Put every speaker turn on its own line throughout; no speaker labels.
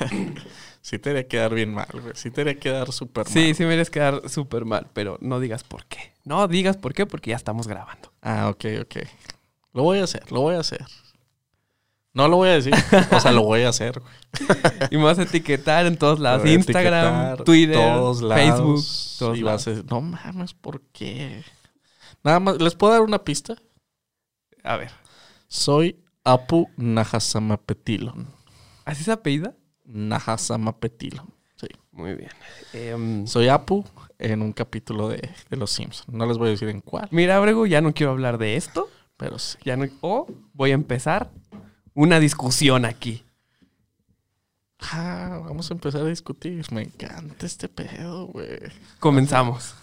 sí te haría quedar bien mal, güey. Sí te haría quedar súper mal.
Sí, sí me quieres quedar súper mal, pero no digas por qué. No digas por qué, porque ya estamos grabando.
Ah, ok, ok. Lo voy a hacer, lo voy a hacer. No lo voy a decir. O sea, lo voy a hacer, güey.
Y me vas a etiquetar en todos lados.
Voy a
Instagram,
etiquetar
Twitter,
todos
Facebook,
lados,
todos
y
lados.
vas a decir, no mames, ¿por qué? Nada más, ¿les puedo dar una pista?
A ver,
Soy Apu Nahasamapetilo.
¿así se apellida?
Nahasamapetilo. Sí.
Muy bien. Em,
Soy Apu en un capítulo de, de Los Simpsons. No les voy a decir en cuál,
mira, Abrego, ya no quiero hablar de esto.
pero sí.
Ya no, o voy a empezar una discusión aquí.
Ah, vamos a empezar a discutir. Me encanta este pedo, güey.
Comenzamos.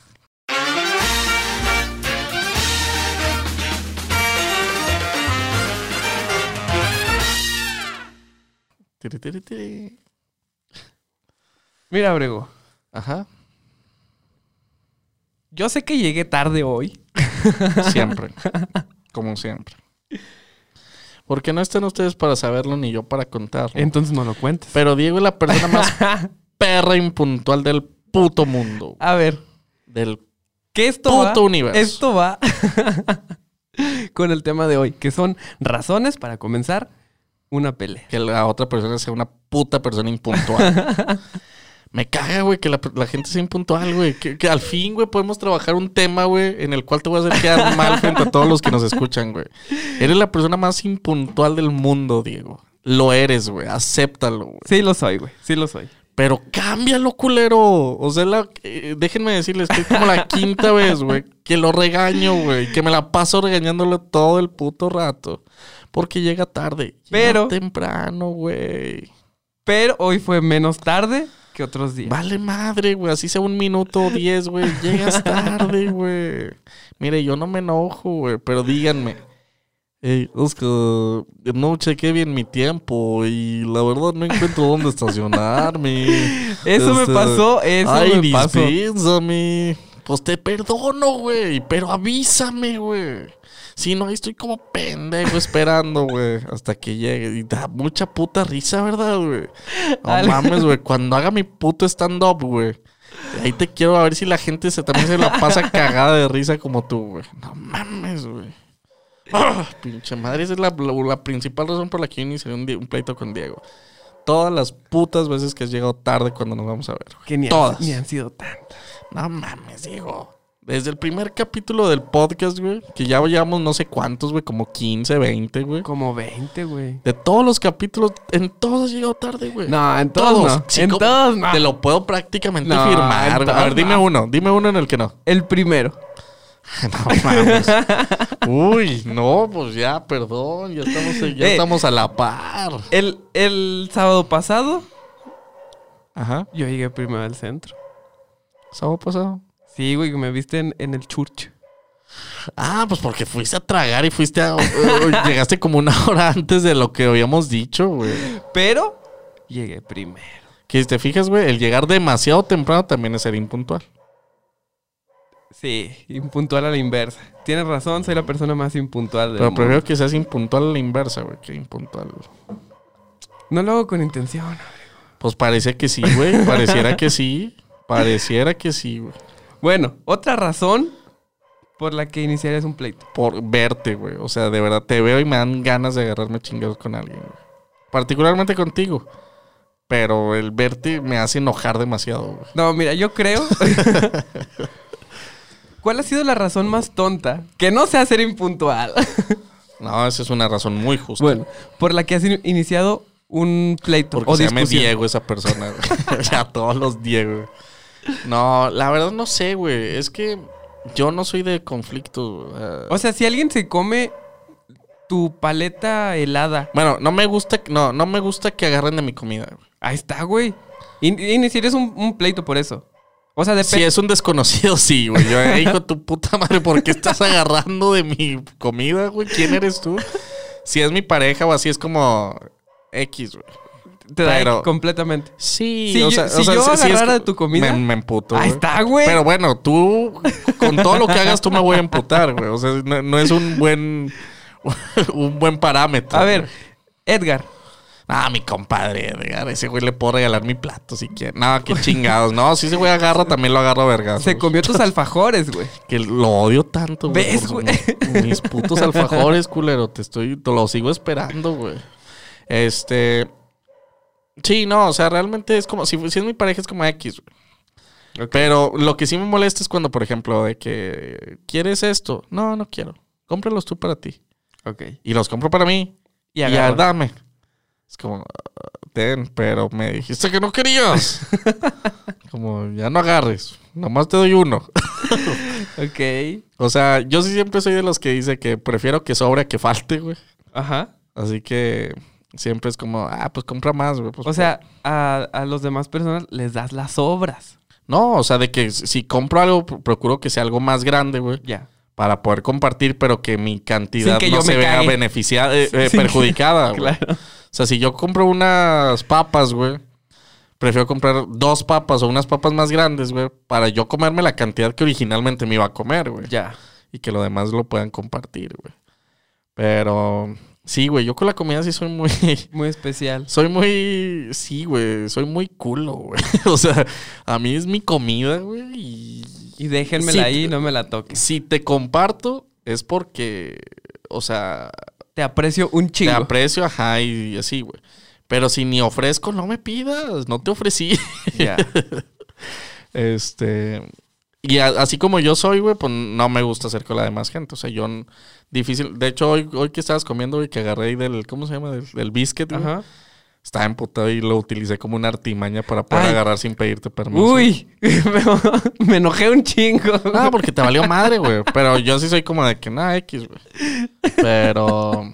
Tiri, tiri, tiri.
Mira, Abrego,
Ajá.
yo sé que llegué tarde hoy.
Siempre. Como siempre. Porque no están ustedes para saberlo ni yo para contarlo.
Entonces no lo cuentes.
Pero Diego es la persona más perra impuntual del puto mundo.
A ver,
Del
que esto
puto
va,
universo.
esto va con el tema de hoy, que son razones para comenzar una pelea.
que la otra persona sea una puta persona impuntual. Me caga, güey, que la, la gente sea impuntual, güey. Que, que al fin, güey, podemos trabajar un tema, güey, en el cual te voy a hacer quedar mal frente a todos los que nos escuchan, güey. Eres la persona más impuntual del mundo, Diego. Lo eres, güey. Acéptalo, güey.
Sí lo soy, güey. Sí lo soy.
Pero cámbialo, culero. O sea, la- eh, déjenme decirles que es como la quinta vez, güey, que lo regaño, güey. Que me la paso regañándolo todo el puto rato. Porque llega tarde. Llega
Pero-
temprano, güey.
Pero hoy fue menos tarde que otros días.
Vale madre, güey. Así sea un minuto o diez, güey. Llegas tarde, güey. Mire, yo no me enojo, güey. Pero díganme. Hey, Oscar, eh, no chequé bien mi tiempo y la verdad no encuentro dónde estacionarme.
Eso me
Este,
pasó, eso
Ay,
me pasó.
dispénsame. Pues te perdono, güey. Pero avísame, güey. Si no, ahí estoy como pendejo esperando, güey. Hasta que llegue. Y da mucha puta risa, ¿verdad, güey? No
Al-
mames, güey. Cuando haga mi puto stand-up, güey. Ahí te quiero a ver si la gente se, también se la pasa cagada de risa como tú, güey. No mames, güey. Ah, pinche madre, esa es la, la- la principal razón por la que yo inicié un, di- un pleito con Diego. Todas las putas veces que has llegado tarde cuando nos vamos a ver. güey.
Que ni, han-
Todas.
ni han sido tantas.
No mames, Diego. Desde el primer capítulo del podcast, güey, que ya llevamos no sé cuántos, güey, como 15, 20, güey.
Como 20, güey.
De todos los capítulos, en todos has llegado tarde, güey.
No, en todos, no.
sí,
en
como-
todos no.
Te lo puedo prácticamente
No, en
firmar. güey. A
todos
ver, dime
no.
uno, dime uno en el que no.
El primero.
No mames. Uy, no, pues ya, perdón, ya estamos, ya
Eh.
estamos a la par.
El, el sábado pasado,
Ajá.
yo llegué primero al centro.
¿Sábado pasado?
Sí, güey, que me viste en, en el church.
Ah, pues porque fuiste a tragar y fuiste a. eh, llegaste como una hora antes de lo que habíamos dicho, güey.
Pero llegué primero.
Que si te fijas, güey, el llegar demasiado temprano también es ser impuntual.
Sí, impuntual a la inversa. Tienes razón, soy la persona más impuntual del
Pero
mundo.
prefiero que seas impuntual a la inversa, güey, que impuntual.
No lo hago con intención.
Pues parece que sí, güey. Pareciera que sí. Pareciera que sí, güey.
Bueno, otra razón por la que iniciarías un pleito.
Por verte, güey. O sea, de verdad, te veo y me dan ganas de agarrarme a chingados con alguien, güey. Particularmente contigo. Pero el verte me hace enojar demasiado, güey.
No, mira, yo creo. ¿Cuál ha sido la razón más tonta que no sea ser impuntual?
No, esa es una razón muy justa.
bueno, por la que has in- iniciado un pleito
Porque
o
se llame
discusión.
Diego esa persona, güey. o sea, todos los Diego. No, la verdad no sé, güey. Es que yo no soy de conflictos. güey. Ah,
O sea, si alguien se come tu paleta helada,
bueno, no me gusta, no, no me gusta que agarren de mi comida. güey.
ahí está, güey. In- iniciarías un, un pleito por eso. O sea,
Si
depende.
es un desconocido, sí, güey. Yo, eh, hijo de tu puta madre, ¿por qué estás agarrando de mi comida, güey? ¿Quién eres tú? Si es mi pareja o así, es como X, güey.
te da
pero-
completamente.
Sí,
Si
o
yo-
sea,
si
o sea,
yo
es
agarrara
co-
de tu comida,
Me, me emputo,
ahí
güey.
está, güey.
Pero bueno, tú, con todo lo que hagas, tú me voy a emputar, güey. O sea, no, no es un buen, un buen parámetro.
A ver,
güey.
Edgar,
Ah, mi compadre, Edgar, ese güey le puedo regalar mi plato si quiere. No, qué chingados. No, si ese güey agarra, también lo agarro a vergas.
Se comió tus alfajores, güey.
Que lo odio tanto, güey.
¿Ves,
por
güey?
mi- Mis putos alfajores, culero. Te estoy, te lo sigo esperando, güey. Este. Sí, no, o sea, realmente es como, si, si es mi pareja es como X, güey.
Ok.
Pero lo que sí me molesta es cuando, por ejemplo, de que, ¿quieres esto? No, no quiero. Cómpralos tú para ti.
Ok.
Y los compro para mí.
Y
Y
agarró.
ya, dame. Es como, "Ah, ten, pero me dijiste que no querías. como, ya no agarres. Nomás te doy uno.
Ok.
O sea, yo sí siempre soy de los que dice que prefiero que sobre a que falte, güey.
Ajá.
Así que siempre es como, ah, pues compra más, güey. pues,
O sea, a, a los demás personas les das las obras.
no, o sea, de que si compro algo, pro- procuro que sea algo más grande, güey,
Ya.
para poder compartir, pero que mi cantidad
que
no
yo
se
me
vea
cague.
beneficiada, eh, eh,
Sin que-
perjudicada, güey.
Claro.
O sea, si yo compro unas papas, güey, prefiero comprar dos papas o unas papas más grandes, güey, para yo comerme la cantidad que originalmente me iba a comer, güey.
Ya.
y que lo demás lo puedan compartir, güey. Pero sí, güey, yo con la comida sí soy muy
Muy especial.
soy muy sí, güey, soy muy culo, güey. O sea, a mí es mi comida, güey, y
Y déjenmela
Sí.
ahí, no me la toques.
si te comparto es porque o sea,
Te aprecio un
te
chingo.
aprecio, ajá, y así, güey. Pero si ni ofrezco, no me pidas, no te ofrecí.
Ya.
Este. Y a- así como yo soy, güey, pues no me gusta hacer con la demás gente. O sea, yo n- difícil. De hecho, hoy, hoy que estabas comiendo, güey, que agarré ahí del. ¿Cómo se llama? Del, del biscuit, güey.
Ajá.
Estaba emputado y lo utilicé como una artimaña para poder
Ay.
agarrar sin pedirte permiso.
Uy, me, me enojé un chingo.
No, porque te valió madre, güey. Pero yo sí soy como de que nada, X, güey. Pero.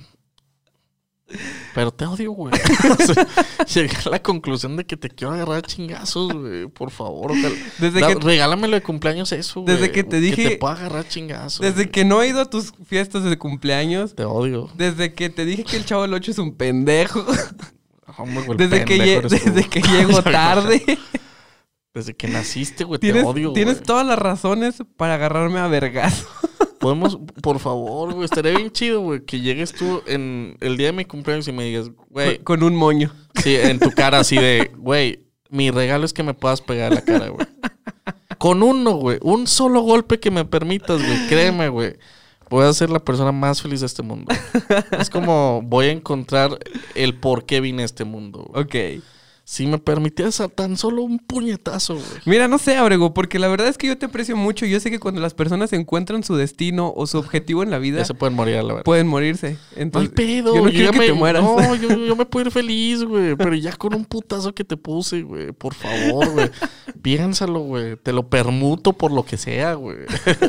Pero te odio, güey. O sea, llegué a la conclusión de que te quiero agarrar a chingazos, güey. Por favor, ojalá.
Desde
Da-
que-
regálamelo de cumpleaños eso, güey.
Desde que te
Que
dije-
te pueda agarrar chingazos.
Desde
güey.
que no he ido a tus fiestas de cumpleaños,
Te odio.
desde que te dije que el chavo del 8 es un pendejo,
Hombre, güey,
desde, que,
Ah, pendejo
lle-
eres tú,
desde
güey.
que llego tarde,
Desde que naciste, güey. Te
tienes,
odio,
tienes
güey.
todas las razones para agarrarme a vergas.
Podemos, por favor, güey. Estaría bien chido, güey, que llegues tú en el día de mi cumpleaños y me digas, güey,
Con un moño.
Sí, en tu cara así de, güey, mi regalo es que me puedas pegar en la cara, güey. Con uno, güey. Un solo golpe que me permitas, güey. Créeme, güey. Voy a ser la persona más feliz de este mundo. Es como voy a encontrar el por qué vine a este mundo. güey.
Ok.
Si me permitieras a tan solo un puñetazo, güey.
Mira, no sé, Abrego, porque la verdad es que yo te aprecio mucho. Yo sé que cuando las personas encuentran su destino o su objetivo en la vida,
Ya se pueden morir a la verdad.
pueden morirse.
No hay
Entonces,
pedo.
yo no
yo
quiero
ya
que te
me-
mueras.
No, yo, yo me puedo ir feliz, güey. Pero ya con un putazo que te puse, güey. Por favor, güey. Piénsalo, güey. Te lo permuto por lo que sea, güey.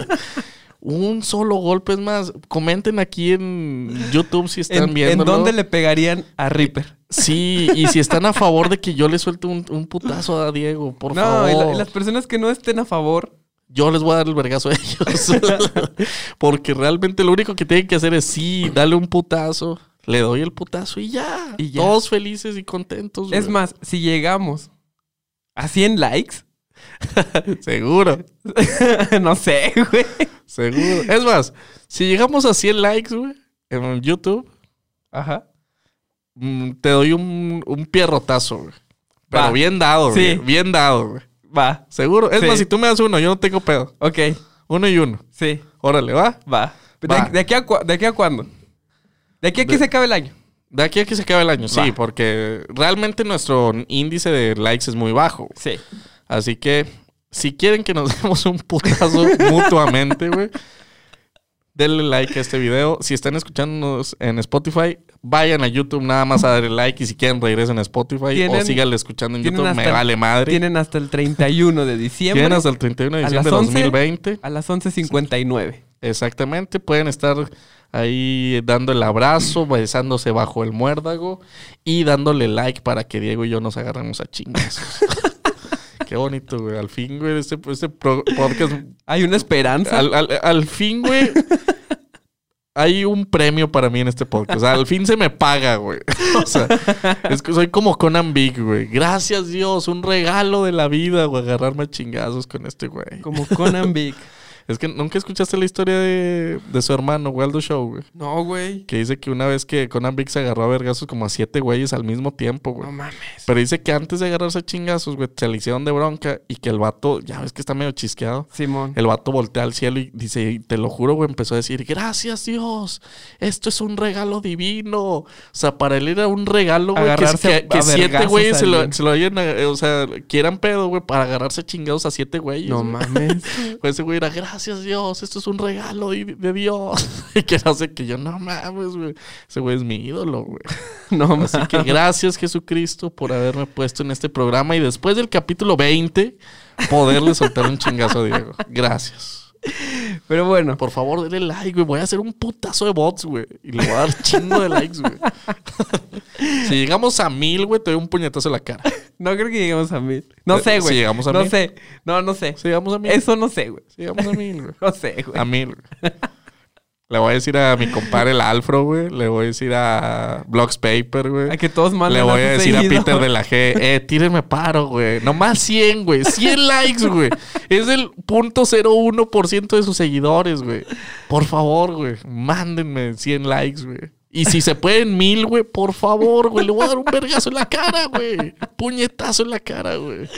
un solo golpe es más. Comenten aquí en YouTube si están
¿En, en
viendo.
dónde le pegarían a Reaper?
Sí, y si están a favor de que yo le suelte un, un putazo a Diego, por
No,
favor.
y la- y las personas que no estén a favor,
Yo les voy a dar el vergazo a ellos. Porque realmente lo único que tienen que hacer es sí, dale un putazo. Le doy el putazo y ya.
Y ya.
Todos felices y contentos.
Es
güey.
más, si llegamos a 100 likes,
Seguro,
no sé, güey.
seguro. Es más, si llegamos a 100 likes, güey, en YouTube,
Ajá.
mm, te doy un, un pierrotazo, güey. Pero
Va.
bien dado, güey.
Sí.
Bien dado, güey.
Va.
Seguro. Es
Sí.
más, si tú me das uno, yo no tengo pedo.
Ok,
Uno y uno.
sí,
Órale, va.
va. De,
Va.
de aquí a cua- ¿De aquí a cuándo? De aquí a que
De-
se acabe el año.
De aquí a que se acabe el año. Sí,
Va.
porque realmente nuestro índice de likes es muy bajo. güey.
Sí.
Así que, si quieren que nos demos un putazo mutuamente, güey, denle like a este video. Si están escuchándonos en Spotify, vayan a YouTube nada más a darle like. Y si quieren, regresen a Spotify o
Tienen-
síganle escuchando en
tienen
YouTube. Me
hasta-
vale madre.
Tienen hasta el 31 de diciembre
Tienen hasta el 31 de
a las
diciembre de
11.
2020.
a las 11.59.
Exactamente. Pueden estar ahí dando el abrazo, besándose bajo el muérdago y dándole like para que Diego y yo nos agarremos a chingas. Qué bonito, güey. Al fin, güey, este, este pro- podcast
Hay una esperanza.
al, al- al fin, güey. Hay un premio para mí en este podcast. Al fin se me paga, güey. O sea, es que soy como Conan Big, güey. Gracias, Dios. Un regalo de la vida, güey. Agarrarme a chingazos con este güey.
Como Conan Big.
Es que nunca escuchaste la historia de, de su hermano, Waldo Show, güey.
No, güey.
Que dice que una vez que Conan Big se agarró a vergazos como a siete güeyes al mismo tiempo, güey.
No mames.
Pero dice que antes de agarrarse a chingazos, güey, se le hicieron de bronca y que el vato, ya ves que está medio chisqueado.
Simón.
El vato voltea al cielo y dice, y te lo juro, güey, empezó a decir, gracias Dios, esto es un regalo divino. O sea, para él era un regalo, güey, que,
Agarrarse
que-
a
que siete
vergazos
güeyes
a
se lo,
alguien.
se lo hayan, eh, o sea, quieran pedo, güey, para agarrarse a chingados a siete güeyes.
No
güey.
mames.
Pues ese güey era, gracias Dios, esto es un regalo di- de Dios. y que no sé, que yo, no mames, güey, ese güey es mi ídolo, güey.
No mames.
Así que gracias Jesucristo por haberme puesto en este programa y después del capítulo 20 poderle soltar un chingazo a Diego. Gracias.
Pero bueno.
Por favor, denle like, güey. Voy a hacer un putazo de bots, güey. Y le voy a dar chingo de likes, güey. si llegamos a mil, güey, te doy un puñetazo en la cara.
No creo que lleguemos a mil. No
Eh,
sé, güey.
si llegamos a
no
mil.
sé. No, no sé.
Si llegamos a mil.
Eso no sé, güey.
Si llegamos a mil, güey.
No sé, güey.
A mil, güey. Le voy a decir a mi compadre, el Alfro, güey. Le voy a decir a Blocks Paper, güey.
A que todos manden
Le voy
su
a decir
seguido.
a Peter de la G, eh, tírenme paro, güey. Nomás 100, güey. 100 likes, güey. Es el punto 0.01% de sus seguidores, güey. Por favor, güey. Mándenme 100 likes, güey. Y si se pueden mil, güey, por favor, güey. Le voy a dar un vergazo en la cara, güey. Puñetazo en la cara, güey.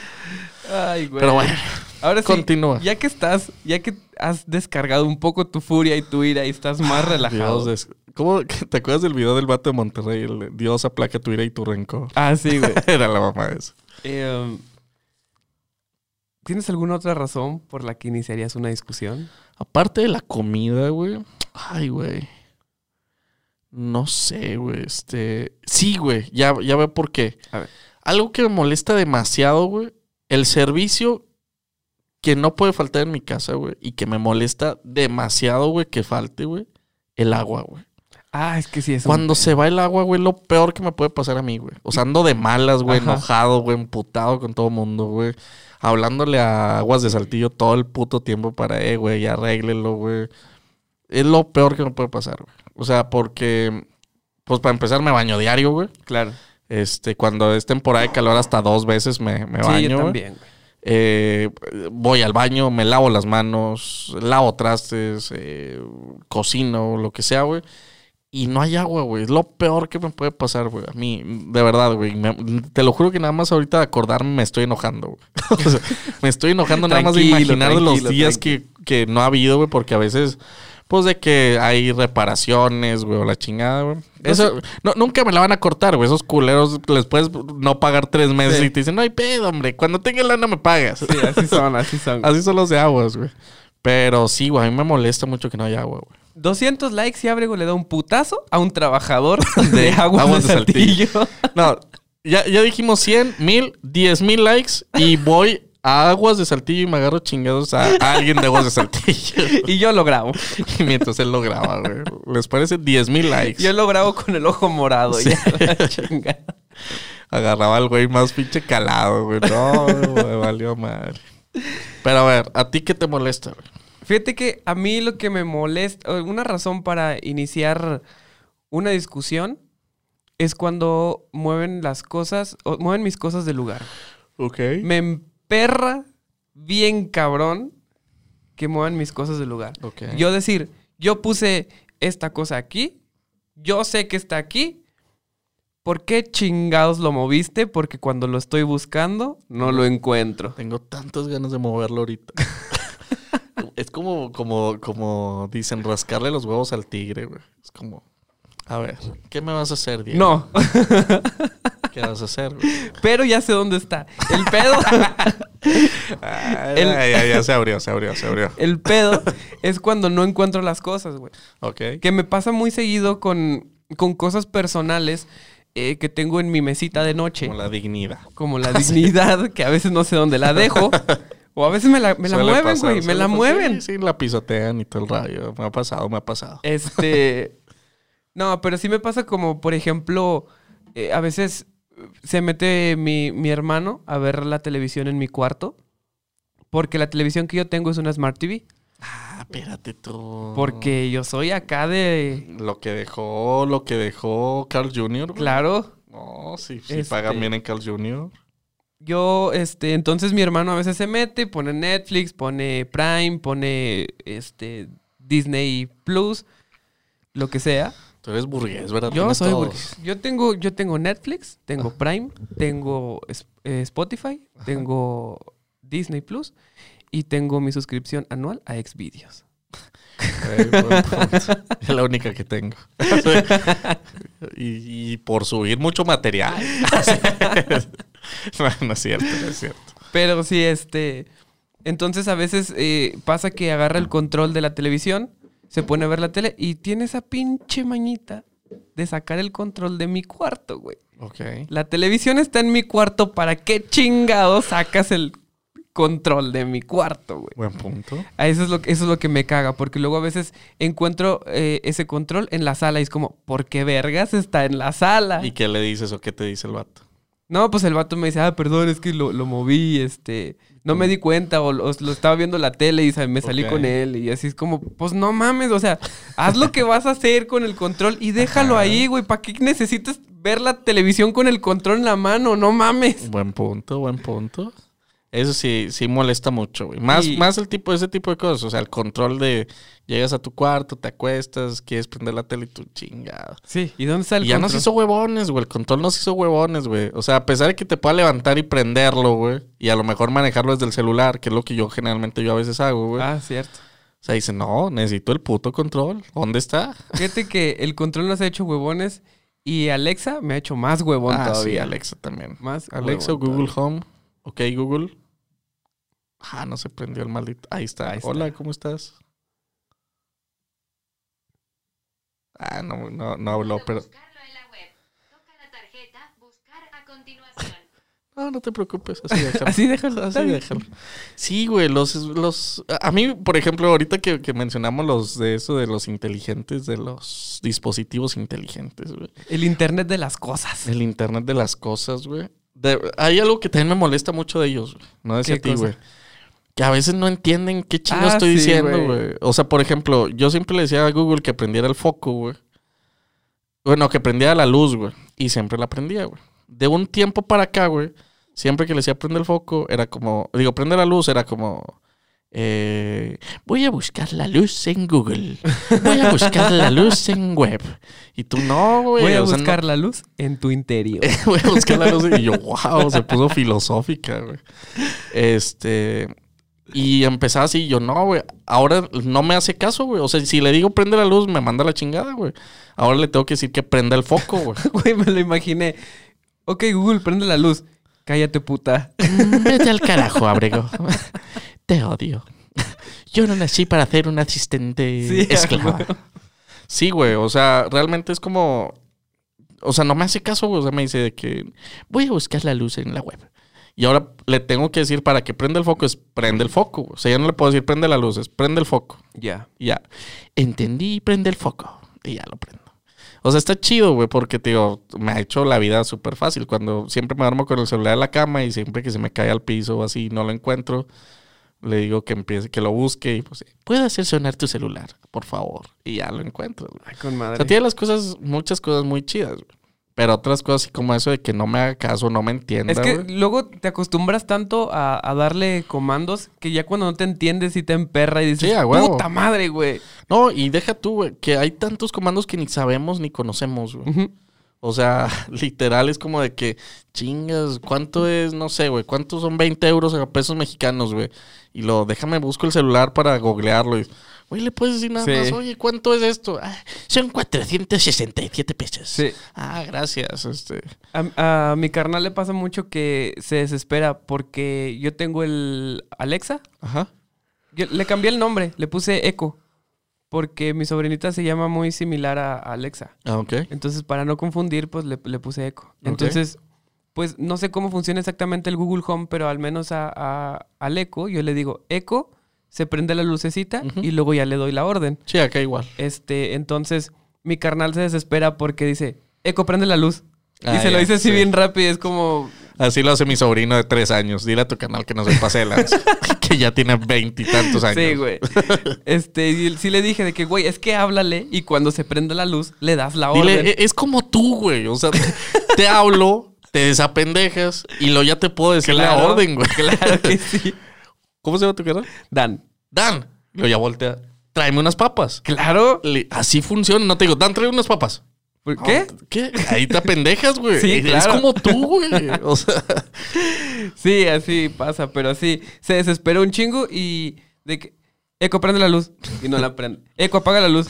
Ay, güey.
Pero bueno.
Ahora sí,
continúa.
Ya que estás, ya que has descargado un poco tu furia y tu ira y estás más relajado.
Dios, es- ¿Cómo te acuerdas del video del vato de Monterrey? El de, Dios aplaca tu ira y tu rencor.
Ah, sí, güey.
Era la mamá de eso.
Em, ¿Tienes alguna otra razón por la que iniciarías una discusión?
Aparte de la comida, güey. Ay, güey. No sé, güey. Este. Sí, güey. Ya, ya veo por qué.
A ver.
Algo que me molesta demasiado, güey. El servicio que no puede faltar en mi casa, güey. Y que me molesta demasiado, güey, que falte, güey. El agua, güey.
Ah, es que sí, es un-
Cuando se va el agua, güey, lo peor que me puede pasar a mí, güey. O sea, ando de malas, güey,
Ajá.
enojado, güey, emputado con todo mundo, güey. Hablándole a aguas de saltillo todo el puto tiempo para, eh, güey, ya arréglelo, güey. Es lo peor que me puede pasar, güey. O sea, porque, pues para empezar, me baño diario, güey.
Claro.
Este, cuando es temporada de calor, hasta dos veces me, me
sí,
baño.
yo
güey.
también. güey.
Eh, voy al baño, me lavo las manos, lavo trastes, eh, cocino, lo que sea, güey. Y no hay agua, güey. Es lo peor que me puede pasar, güey. A mí, de verdad, güey. Me- Te lo juro que nada más ahorita de acordarme me estoy enojando, güey. O sea, me estoy enojando nada más de
Tranquilo,
imaginar los
tranquilo,
días que, que no ha habido, güey. Porque a veces, pues de que hay reparaciones, güey, o la chingada, güey. Eso, no, nunca me la van a cortar, güey. Esos culeros les puedes no pagar tres meses
Sí.
y te dicen, no hay pedo, hombre. Cuando tenga lana me pagas.
Sí, así son, así son. güey.
Así son los de aguas, güey. Pero sí, güey, a mí me molesta mucho que no haya agua, güey.
200 likes y Abrego le da un putazo a un trabajador
De
de, aguas,
Aguas
de
de Saltillo.
Saltillo.
No, ya, ya dijimos 100, 1000, 10 mil likes y voy a aguas de saltillo y me agarro chingados a alguien de aguas de saltillo.
y yo lo grabo.
Y mientras él lo graba, güey. ¿Les parece 10 mil likes?
Yo lo grabo con el ojo morado.
Sí.
ya, la chingada.
Agarraba al güey más pinche calado, güey. No, güey, valió madre. Pero a ver, ¿a ti qué te molesta, güey?
Fíjate que a mí lo que me molesta, una razón para iniciar una discusión es cuando mueven las cosas, o mueven mis cosas del lugar.
Ok.
Me emperra bien cabrón que muevan mis cosas del lugar.
Ok.
Yo decir, yo puse esta cosa aquí, yo sé que está aquí. ¿Por qué chingados lo moviste? Porque cuando lo estoy buscando, no lo encuentro.
Tengo tantas ganas de moverlo ahorita. es como, como, como dicen, rascarle los huevos al tigre, güey. Es como, a ver, ¿qué me vas a hacer, Diego?
No,
¿Qué vas a hacer, güey?
pero ya sé dónde está. El pedo. El-
Ay, ya, ya se abrió, se abrió, se abrió.
El pedo es cuando no encuentro las cosas, güey.
Ok.
Que me pasa muy seguido con, con cosas personales eh, que tengo en mi mesita de noche.
Como la Ah, dignidad.
Como la dignidad, que a veces no sé dónde la dejo. O a veces me la, me la
Suele
mueven,
pasar,
güey. Me
suele
la
pasar.
mueven.
Sí, sí, la pisotean y todo el rayo. Me ha pasado, me ha pasado.
Este. No, pero sí me pasa como, por ejemplo, eh, a veces eh, se mete mi, mi hermano a ver la televisión en mi cuarto. Porque la televisión que yo tengo es una Smart TV.
Ah, espérate tú. Oh.
Porque yo soy acá de.
Lo que dejó, lo que dejó Carl Jr. güey.
Claro.
No, sí, sí
Este-
pagan bien en Carl Jr.
yo, este, entonces mi hermano a veces se mete, pone Netflix, pone Prime, pone este Disney Plus, lo que sea.
Tú eres burgués, ¿verdad?
Yo
Tienes
soy
todo.
burgués. Yo tengo, yo tengo Netflix, tengo Prime, tengo es- eh, Spotify, tengo Disney Plus y tengo mi suscripción anual a Xvideos.
Ay, buen punto. Es la única que tengo. Y, y por subir mucho material. No, no es cierto, no es cierto.
Pero sí, este. Entonces a veces eh, pasa que agarra el control de la televisión, se pone a ver la tele y tiene esa pinche mañita de sacar el control de mi cuarto, güey.
Ok.
La televisión está en mi cuarto, ¿para qué chingado sacas el control de mi cuarto, güey?
Buen punto.
A Eso es, lo, que- eso es lo que me caga, porque luego a veces encuentro eh, ese control en la sala y es como, ¿por qué vergas está en la sala?
¿Y qué le dices o qué te dice el vato?
No, pues el vato me dice, ah, perdón, es que lo, lo moví, este, no me di cuenta o lo, lo estaba viendo la tele y sa- me salí
Ok.
con él y así es como, pues no mames, o sea, haz lo que vas a hacer con el control y déjalo ahí, güey, ¿para qué necesitas ver la televisión con el control en la mano? No mames.
Buen punto, buen punto. Eso sí, sí molesta mucho, güey. Más,
Y-
más el tipo, ese tipo de cosas. O sea, el control de llegas a tu cuarto, te acuestas, quieres prender la tele y tú chingado.
Sí, ¿y dónde está el
Y ya
control?
nos hizo huevones, güey. El control nos hizo huevones, güey. O sea, a pesar de que te pueda levantar y prenderlo, güey. Y a lo mejor manejarlo desde el celular, que es lo que yo generalmente yo a veces hago, güey.
Ah, cierto.
O sea, dice, no, necesito el puto control. ¿Dónde está?
Fíjate que el control nos ha hecho huevones y Alexa me ha hecho más huevón
Ah, sí,
todavía.
Alexa también.
Más
Alexa o
huevón
Google
todavía.
Home. Ok, Google. Ah, no se prendió el maldito. Ahí está.
Ahí está.
Hola, ¿cómo estás? Ah, no, no, no habló, pero.
Buscarlo en la web. Toca la tarjeta, buscar a continuación.
Ah, No, no te preocupes. Así déjalo.
Así déjalo,
Así
está bien.
déjalo. Sí, güey, los, los... A mí, por ejemplo, ahorita que, que mencionamos los de eso de los inteligentes, de los dispositivos inteligentes, güey.
El internet de las cosas.
El internet de las cosas, güey. De- hay algo que también me molesta mucho de ellos, güey. No decía a
¿Qué
ti,
cosa?
güey. Que a veces no entienden qué chingo
Ah,
estoy
sí,
diciendo,
güey.
güey. O sea, por ejemplo, yo siempre le decía a Google que prendiera el foco, güey. Bueno, que prendiera la luz, güey. Y siempre la prendía, güey. De un tiempo para acá, güey. Siempre que le decía prende el foco, era como. Digo, prende la luz, era como. eh, voy a buscar la luz en Google. Voy a buscar la luz en web. Y tú no, güey.
Voy a
o sea, no-
buscar la luz en tu interior.
Voy a buscar la luz. Y yo, wow, se puso filosófica, güey. Este. Y empezaba así, yo, no, güey. Ahora no me hace caso, güey. O sea, si le digo prende la luz, me manda la chingada, güey. Ahora le tengo que decir que prenda el foco, güey.
Güey, me lo imaginé. Ok, Google, prende la luz. Cállate, puta.
Vete al carajo, abrego. Te odio. Yo no nací para ser un asistente
Sí,
esclava.
güey.
Sí, güey. O sea, realmente es como. O sea, no me hace caso, güey. O sea, me dice de que voy a buscar la luz en la web. Y ahora le tengo que decir para que prenda el foco es prende el foco. güey. O sea, ya no le puedo decir prende la luz, es prende el foco.
Ya.
Y ya. Entendí, prende el foco. Y ya lo prendo. O sea, está chido, güey, porque, tío, me ha hecho la vida súper fácil. Cuando siempre me armo con el celular en la cama y siempre que se me cae al piso o así, no lo encuentro, le digo que empiece, que lo busque y pues, puede hacer sonar tu celular, por favor. Y ya lo encuentro, güey.
Ay, con
O
madre.
sea, tiene las cosas, muchas cosas muy chidas, güey. Pero otras cosas así como eso de que no me haga caso, no me entienda,
es que
güey.
luego te acostumbras tanto a, a darle comandos que ya cuando no te entiendes y te emperra y dices,
Sí, a huevo.
puta madre, güey.
No, y deja tú, güey, que hay tantos comandos que ni sabemos ni conocemos, güey.
Ujú.
O sea, literal es como de que, chingas, ¿cuánto es? No sé, güey, ¿cuántos son 20 euros a pesos mexicanos, güey? Y lo, déjame, busco el celular para googlearlo. Y, güey, le puedes decir nada
Sí.
más, oye, ¿cuánto es esto? Ah, son 467 pesos.
Sí.
Ah, gracias, este.
A, a mi carnal le pasa mucho que se desespera porque yo tengo el Alexa.
Ajá.
Yo le cambié el nombre, le puse Echo. Porque mi sobrinita se llama muy similar a a Alexa.
Ah, ok.
Entonces, para no confundir, pues le, le puse eco.
Ok.
Entonces, pues no sé cómo funciona exactamente el Google Home, pero al menos a, a- al eco, yo le digo eco, se prende la lucecita
Ujú.
y luego ya le doy la orden.
Sí, acá igual.
Este, entonces, mi carnal se desespera porque dice, eco, prende la luz.
Ah,
y se lo
ya,
dice así
sí.
bien rápido, y es como,
Así lo hace mi sobrino de tres años. Dile a tu canal que no se pase de lanza. que ya tiene veintitantos años.
sí, güey. este, y sí le dije de que, güey, es que háblale
eh.
y cuando se prende la luz, le das la orden.
Dile, "E- es como tú, güey. O sea, te hablo, te desapendejas y lo ya te puedo decir la
Claro,
orden, güey.
Claro que sí.
¿Cómo se llama tu canal?
Dan.
Dan. Lo ya voltea. Tráeme unas papas.
Claro.
Le- así funciona. No te digo, Dan, trae unas papas.
¿Por qué?
¿Qué? Ahí te apendejas, güey.
Sí,
Es- Es
claro.
como tú, güey. O sea,
Sí, así pasa, pero sí. Se desesperó un chingo y de que. Eco, prende la luz. Y no la prende. Eco, apaga la luz.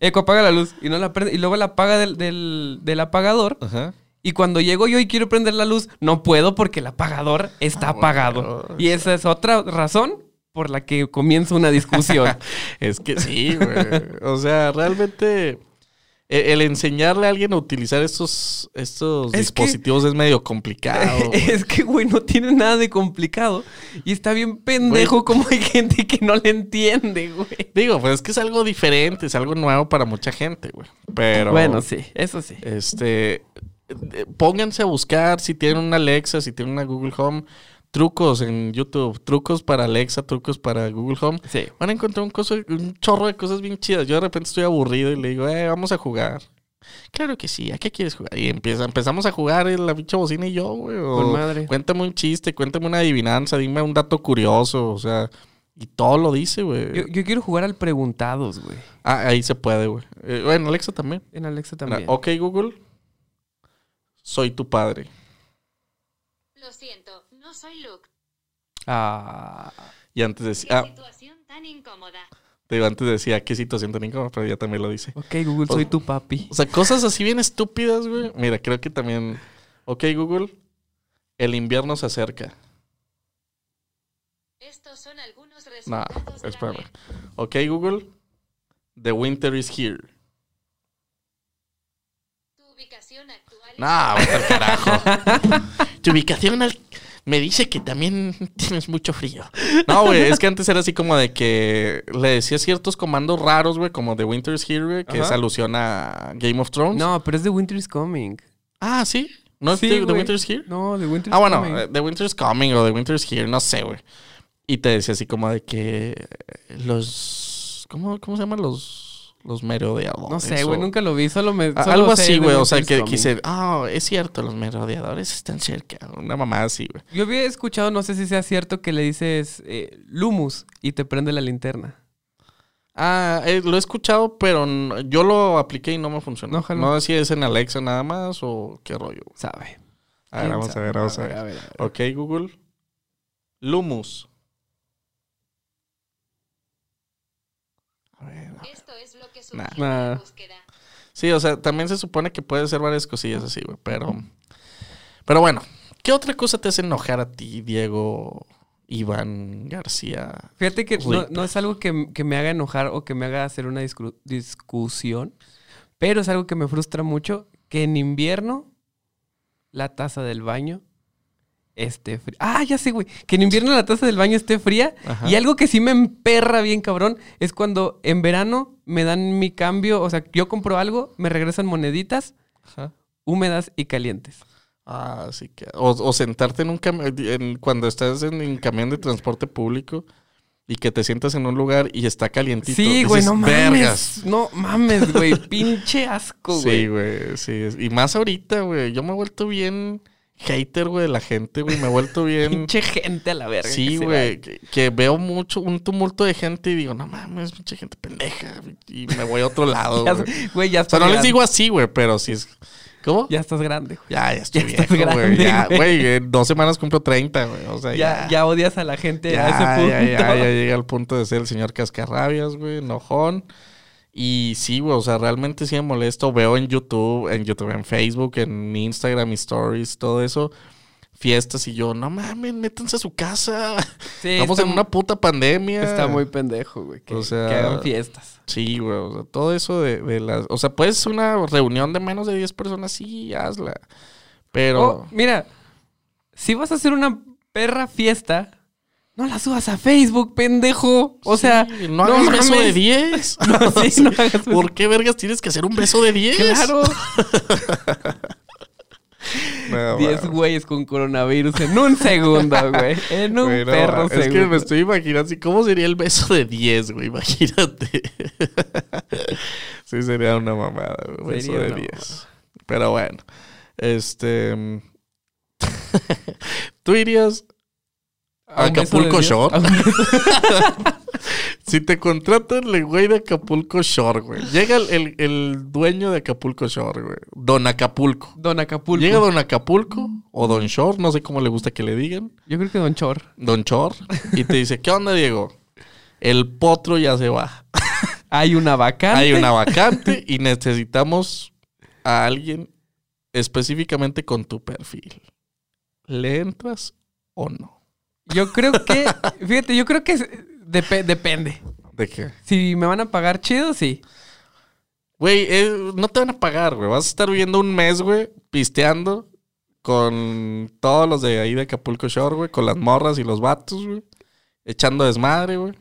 Eco, apaga la luz. Y no la prende. Y luego la apaga del, del, del apagador.
ajá.
Y cuando llego yo y quiero prender la luz, no puedo porque el apagador está apagado.
Ah, bueno.
Y esa es otra razón por la que comienza una discusión.
Ah, Es que sí, güey. O sea, realmente e- el enseñarle a alguien a utilizar estos, estos
Es que-
dispositivos es medio complicado. güey.
es que, güey, no tiene nada de complicado. Y está bien pendejo
Güey.
como hay gente que no le entiende, güey.
Digo, pues es que es algo diferente, es algo nuevo para mucha gente, güey. Pero
Bueno, sí, eso sí.
este eh, pónganse a buscar si tienen una Alexa, si tienen una Google Home, trucos en YouTube, trucos para Alexa, trucos para Google Home.
Sí.
Van a encontrar un, coso- un chorro de cosas bien chidas. Yo de repente estoy aburrido y le digo, eh, vamos a jugar. Claro que sí, ¿a qué quieres jugar? Y empieza, empezamos a jugar eh, la pinche bocina y yo, güey. o
Con madre.
Cuéntame un chiste, cuéntame una adivinanza, dime un dato curioso, o sea, y todo lo dice,
Yo,
güey.
yo quiero jugar al Preguntados, güey.
Ah, ahí se puede, güey. Eh, bueno, Alexa también.
En Alexa
Mira,
también.
ok, Google, soy tu padre.
Lo siento, no soy Luke.
Ah,
Y antes
Qué
decía, ah,
situación tan incómoda.
te digo, antes decía, qué situación tan incómoda, pero ya también lo dice.
ok, Google, soy tu papi.
O sea, cosas así bien estúpidas, güey. Mira, creo que también. Ok, Google. El invierno se acerca.
Estos son algunos
Nah,
resultados. de la
espérame.
web.
Ok, Google. The winter is here.
Tu ubicación actual. es-
Nah, vete al carajo. tu ubicación al- me dice que también tienes mucho frío. No, güey, es que antes era así como de que le decía ciertos comandos raros, güey, como The winter is here, güey, que
Ajá.
es alusión a Game of Thrones.
No, pero es The Winter is Coming.
Ah, sí. ¿No es
Sí,
The, The
güey.
winter is here?
No, The Winter is
Ah, bueno,
Coming.
eh, The Winter's Coming o The Winter's Here, no sé, güey. Y te decía así como de que eh, los... ¿Cómo, cómo se llaman los, los merodeadores?
No sé,
o-
güey, nunca lo vi, solo me.
a-
solo
Algo
sé
así,
The
güey. O
Winter
sea,
is
que
Coming.
quise... Ah, es cierto, los merodeadores están cerca. Una mamá así, güey.
Yo había escuchado, no sé si sea cierto, que le dices eh, Lumus y te prende la linterna.
Ah, eh, lo he escuchado, pero n- yo lo apliqué y no me funcionó.
No, ojalá.
No sé si es en Alexa nada más o qué rollo. güey.
¿Sabe?
A ver,
¿Quién
vamos a
sabe?
ver, vamos a ver.
ver, a ver.
Ok, Google. Lumus. A ver,
Esto es lo que surgió en
Nah.
la
Nah.
búsqueda.
Sí, o sea, también se supone que puede ser varias cosillas así, güey, pero... Pero bueno, ¿qué otra cosa te hace enojar a ti, Diego Iván García?
Fíjate que no,
Rita.
no es algo que, que me haga enojar o que me haga hacer una discru- discusión, pero es algo que me frustra mucho, que en invierno la taza del baño esté fría. Ah, ya sé, güey, que en invierno la taza del baño esté fría.
Ajá.
Y algo que sí me emperra bien, cabrón, es cuando en verano me dan mi cambio, o sea, yo compro algo, me regresan moneditas
Ajá.
húmedas y calientes.
Ah, sí que... O, o sentarte en un camión, cuando estás en un camión de transporte público y que te sientas en un lugar y está calientito.
Sí, güey,
dices,
no mames.
"Vergas".
No mames, güey. Pinche asco, güey.
Sí, güey, sí. es- Y más ahorita, güey. Yo me he vuelto bien hater, güey, de la gente, güey. Me he vuelto bien...
Pinche gente a la verga. que
Em, Sí,
se
güey. Que, que veo mucho, un tumulto de gente y digo, no mames, pinche gente pendeja. Y me voy a otro lado,
va. Ya-
güey.
Güey, ya
O sea,
estás
no les
grande.
digo así, güey, pero sí es... ¿Cómo? Ya,
Ya estás grande, güey.
ya, estoy
ya estás
viejo, güey.
grande,
Ya,
güey.
güey, en dos semanas cumplo 30, güey. O sea,
Ya,
ya...
ya odias a la gente
Ya,
a ese punto.
ya, ya, ya llega al punto de ser el señor Cascarrabias, güey, enojón. Y sí, güey, o sea, realmente sí me molesto. Veo en YouTube, en YouTube, en Facebook, en Instagram, Stories, todo eso. Fiestas y yo, no mames, métanse a su casa.
Sí,
Estamos
está
en una
mu-
puta pandemia.
Está muy pendejo, güey. Que,
O sea-
que hagan fiestas.
Sí, güey, o sea, todo eso de, de las... O sea, puedes una reunión de menos de 10 personas, sí, hazla. Pero...
Oh, mira, si vas a hacer una perra fiesta, no la subas a Facebook, pendejo. O sea,
sí, no hagas beso de
mames.
10.
No, sí, no hagas beso.
¿Por qué vergas tienes que hacer un beso de 10?
Claro,
No,
10
mames.
güeyes con coronavirus en un segundo, güey. En un
Güey, no,
perro
es que
segundo.
me estoy imaginando así, ¿cómo sería el beso de 10, güey? Imagínate. sí, sería una mamada, güey. Beso
Sería
de
una
10. Pero bueno. Este. ¿Tú irías a
¿A un beso de
Acapulco
Dios?
Shore?
¿A un-
Si te contratan el güey de Acapulco Shore, güey. Llega el, el- el dueño de Acapulco Shore, güey. Don Acapulco.
Don Acapulco.
Llega Don Acapulco o Don Shore, no sé cómo le gusta que le digan.
Yo creo que Don Chor.
Don Shore. Y te dice, ¿qué onda, Diego? El potro ya se va.
Hay una vacante.
Hay una vacante y necesitamos a alguien específicamente con tu perfil. ¿Le entras o no?
Yo creo que, fíjate, yo creo que es- depe- depende.
¿De qué?
Si me van a pagar chido, sí.
Güey, eh, no te van a pagar, güey. Vas a estar viviendo un mes, güey, pisteando con todos los de ahí de Acapulco Shore, güey, con las morras y los vatos, güey. Echando desmadre, güey.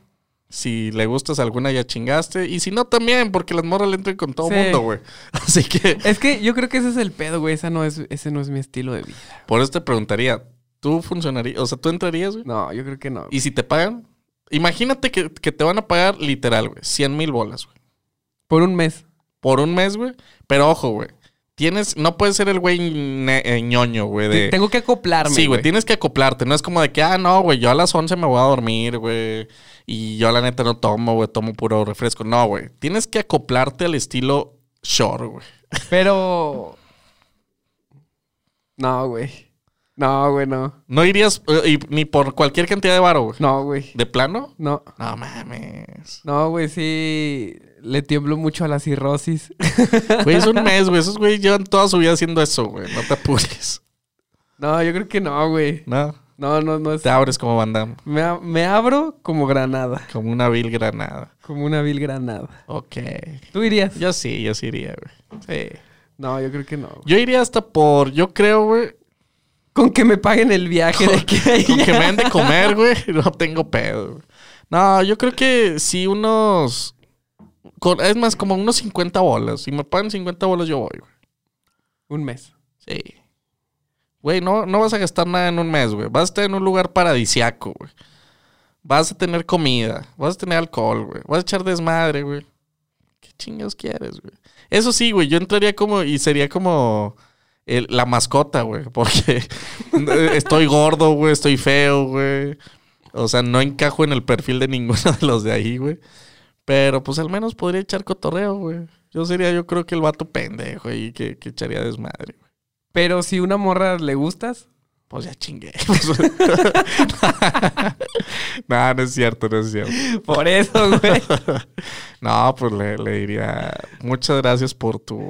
Si le gustas alguna ya chingaste. Y si no, también, porque las morras le entran con todo
Sí.
mundo, güey. Así que,
Es que yo creo que ese es el pedo, güey. Esa no es, ese no es mi estilo de vida.
por eso te preguntaría, ¿tú funcionarías? O sea, ¿tú entrarías, güey?
No, yo creo que no.
Y si te pagan, imagínate que, que te van a pagar literal, güey, 100 mil bolas, güey.
Por un mes.
Por un mes, güey. Pero ojo, güey. Tienes, no puedes ser el güey ne- eh, ñoño, güey.
Te-
De...
Tengo que acoplarme.
Sí, güey, tienes que acoplarte. No es como de que, ah, no, güey, yo a las 11 me voy a dormir, güey. Y yo la neta no tomo, güey, tomo puro refresco. No, güey. Tienes que acoplarte al estilo short, güey.
Pero. No, güey. No, güey, no.
No irías eh, y- ni por cualquier cantidad de varo, güey.
No, güey.
¿De plano?
No.
No mames.
No, güey, sí. Le tiemblo mucho a la cirrosis.
Güey, es un mes, güey. Esos güeyes llevan toda su vida haciendo eso, güey. No te apures.
No, yo creo que no, güey.
No.
No, no, no es.
Te abres como bandam.
Me, a- me abro como granada.
Como una vil granada.
Como una vil granada.
Ok.
¿Tú irías?
Yo sí, yo sí iría, güey. Sí.
No, yo creo que no. güey.
Yo iría hasta por, yo creo, güey,
Con que me paguen el viaje de aquí a
Con
allá.
que me den de comer, güey, no tengo pedo. güey. No, yo creo que si unos. con- es más, como unos 50 bolas. Si me pagan 50 bolas, yo voy, güey.
Un mes.
Sí. Güey, no, no vas a gastar nada en un mes, güey. Vas a estar en un lugar paradisiaco, güey. Vas a tener comida. Vas a tener alcohol, güey. Vas a echar desmadre, güey. ¿Qué chingados quieres, güey? Eso sí, güey. Yo entraría como. Y sería como. el- la mascota, güey. Porque estoy gordo, güey. Estoy feo, güey. O sea, no encajo en el perfil de ninguno de los de ahí, güey. Pero pues al menos podría echar cotorreo, güey. Yo sería, yo creo que el vato pendejo ahí que, que echaría desmadre, güey.
Pero si una morra le gustas,
Pues ya chingué. no, no es cierto, no es cierto.
por eso, güey.
No, pues le, le diría muchas gracias por tu...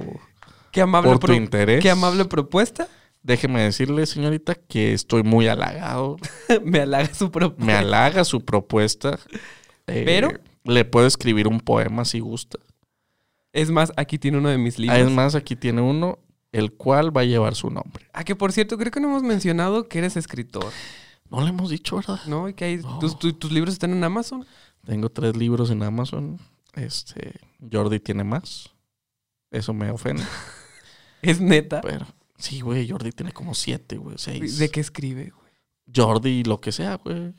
Qué amable
Por tu interés.
Qué amable propuesta.
Déjeme decirle, señorita, que estoy muy halagado.
me halaga su propuesta.
Me halaga su propuesta. Eh,
Pero-
Le puedo escribir un poema si gusta.
Es más, aquí tiene uno de mis libros.
Además, aquí tiene uno, el cual va a llevar su nombre.
Ah, que por cierto, creo que no hemos mencionado que eres escritor,
No le hemos dicho, ¿verdad?
¿no? Y que hay-
No.
tus, tu- tus libros están en Amazon.
Tengo tres libros en Amazon. Este, Jordi tiene más. Eso me ofende.
Es neta.
Pero, sí, güey, Jordi tiene como siete, güey, seis.
¿De qué escribe? güey?
Jordi, lo que sea, güey.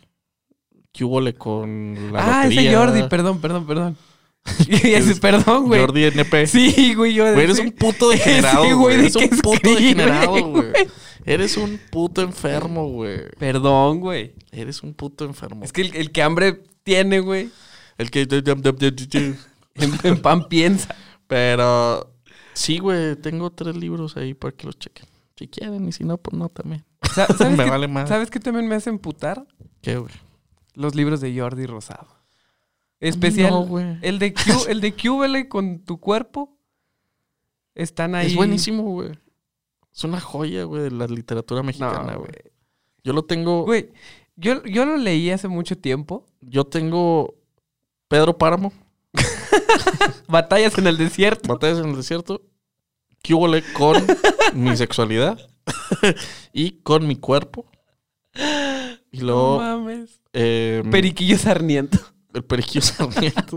¿Qué hubo le con la
ah, ese
lotería?
Jordi, perdón, perdón, perdón. Y ese, perdón, güey.
Jordi NP.
Sí, güey, yo.
Güey, eres
sí.
un puto
Sí,
degenerado,
güey,
güey.
¿de
Eres un
qué
puto
escribe,
degenerado, güey.
güey?
Eres un puto enfermo, güey.
Perdón, güey.
Eres un puto enfermo.
Es que el, el que hambre tiene, güey,
El que...
en, en pan piensa.
Pero... Sí, güey, tengo tres libros ahí para que los chequen. Si quieren, y si no, pues no también.
Sa- ¿Sabes
Me
qué-
vale madre.
¿Sabes qué también me hace emputar?
¿Qué, güey?
Los libros de Jordi Rosado. Especial.
No, güey.
el de Q, el de QVL con tu cuerpo. Están ahí.
Es buenísimo, güey. Es una joya, güey, de la literatura mexicana,
No,
güey.
güey.
Yo lo tengo...
Güey, yo, yo lo leí hace mucho tiempo.
Yo tengo Pedro Páramo,
Batallas en el desierto.
Batallas en el Desierto, ¿Qué hubo le con mi sexualidad y con mi cuerpo? Y
No
luego
mames.
eh,
Periquillo Sarniento.
el Periquillo Sarmiento.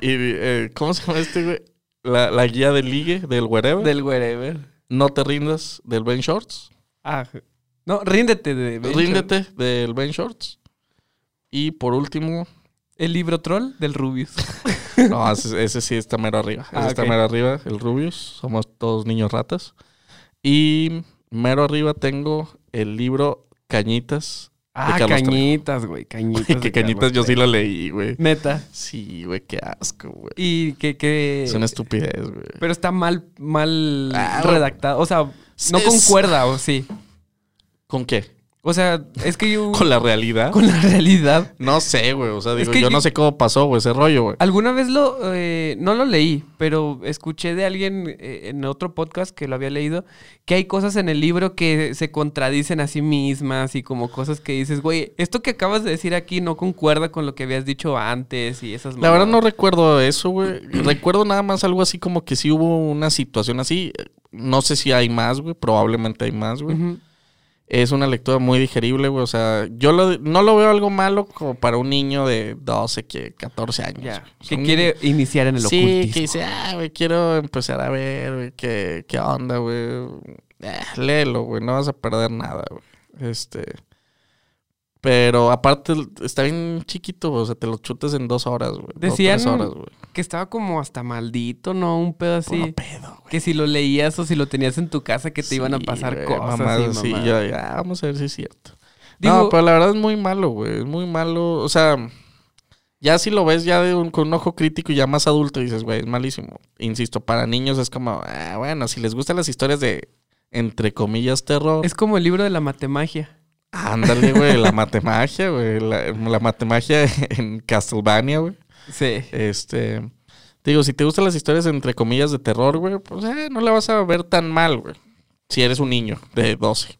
y eh, ¿Cómo se llama este, güey? La, la guía de ligue del wherever.
Del wherever.
No te rindas del Ben Shorts.
Ah, no, ríndete de. de hecho.
Ríndete del Ben Shorts. Y por último,
El libro troll del Rubius.
No, ese, ese sí está mero arriba. Ese
Ah,
está
ok.
mero arriba, el Rubius. Somos todos niños ratas. Y mero arriba tengo el libro Cañitas.
Ah,
Carlos Trejo.
cañitas, güey. Cañitas. de
que Cañitas
Carlos
yo sí
Trejo.
lo leí, güey.
Neta.
Sí, güey, qué asco, güey.
Y que. que...
Es una estupidez, güey.
Pero está mal, mal
Ah, güey.
redactado. O sea, no
Es-
concuerda, o sí.
¿Con qué?
O sea, es que yo.
¿Con la realidad?
con la realidad.
No sé, güey. O sea, digo,
que
yo
yo-
no sé cómo pasó, güey, ese rollo, güey.
Alguna vez lo, eh, no lo leí, pero escuché de alguien eh, en otro podcast que lo había leído, que hay cosas en el libro que se contradicen a sí mismas y como cosas que dices, güey, esto que acabas de decir aquí no concuerda con lo que habías dicho antes y esas
La verdad no
mamadas".
recuerdo eso, güey. recuerdo nada más algo así como que sí hubo una situación así. No sé si hay más, güey. Probablemente hay más, güey.
Ujú.
Es una lectura muy digerible, güey. O sea, yo lo- no lo veo algo malo como para un niño de 12, que 14 años.
Ya,
güey. O sea,
que
un-
quiere iniciar en el
Sí,
ocultismo.
que dice, ah, güey, quiero empezar a ver, güey, qué, qué onda, güey. Eh, léelo, güey, no vas a perder nada, güey. Este. Pero aparte, está bien chiquito, güey, o sea, te lo chutas en dos horas, güey.
Decían-
Dos, tres horas, güey.
Que estaba como hasta maldito, ¿no? Un pedo
Puro
así.
pedo, güey.
Que si lo leías o si lo tenías en tu casa que te iban a
Sí,
pasar
güey,
cosas.
mamadas
y
así,
mamadas.
yo, ah, vamos a ver si es cierto. no,
Digo-
pero la verdad es muy malo, güey. Es muy malo. O sea, ya si lo ves ya de un- con un ojo crítico y ya más adulto, dices, güey, es malísimo. Insisto, para niños es como, ah, bueno, si les gustan las historias de, entre comillas, terror.
Es como el libro de la matemagia.
Ándale, güey, la matemagia, güey. La, la matemagia en Castlevania, güey.
Sí.
Este. Digo, si te gustan las historias entre comillas de terror, güey, pues eh, no la vas a ver tan mal, güey. Si eres un niño de 12.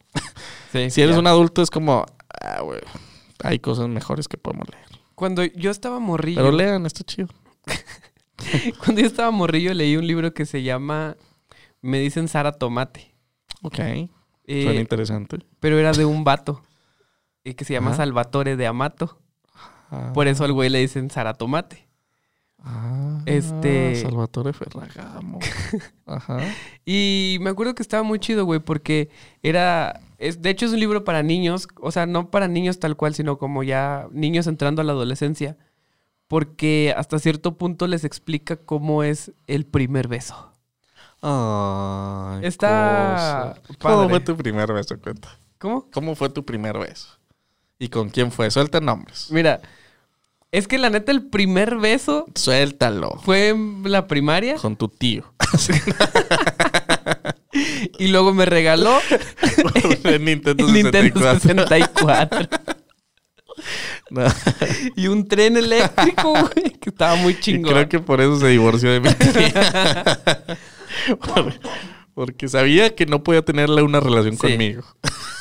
sí
Si eres
ya.
un adulto es como, ah, güey, hay cosas mejores que podemos leer.
Cuando yo estaba morrillo.
Pero lean, está chido.
Cuando yo estaba morrillo leí un libro que se llama Me dicen Sara Tomate.
Ok,
Eh,
suena interesante.
pero era de un vato. eh, que se llama
Ajá.
Salvatore de Amato.
Ah,
Por eso al güey le dicen Sara Tomate.
ah,
este-
Salvatore Ferragamo. Ajá.
Y me acuerdo que estaba muy chido, güey, porque era... Es, de hecho es un libro para niños, o sea, no para niños tal cual, sino como ya niños entrando a la adolescencia, porque hasta cierto punto les explica cómo es el primer beso.
Ay,
Está
cosa. ¿Cómo
padre.
fue tu primer beso? Cuenta.
¿Cómo?
¿Cómo fue tu primer beso? ¿Y con quién fue? Suelta nombres.
Mira, es que la neta el primer beso
Suéltalo.
fue en la primaria
Con tu tío.
y luego me regaló
en Nintendo
el Nintendo
64.
64
No,
y un tren eléctrico, güey, que estaba muy
y
chingón.
creo que por eso se divorció de mi tía. Por- Porque sabía que no podía tenerle una relación
Sí.
conmigo.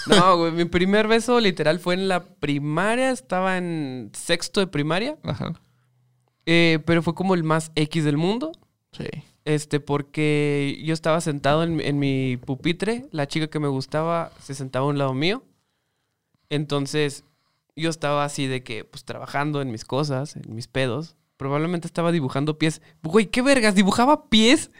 No, güey, mi primer beso literal fue en la primaria, estaba en sexto de primaria,
Ajá.
eh, pero fue como el más X del mundo.
Sí.
Este, porque yo estaba sentado en, mi- en mi pupitre, la chica que me gustaba se sentaba a un lado mío. Entonces, yo estaba así de que, pues trabajando en mis cosas, en mis pedos. Probablemente estaba dibujando pies. Güey, qué vergas, dibujaba pies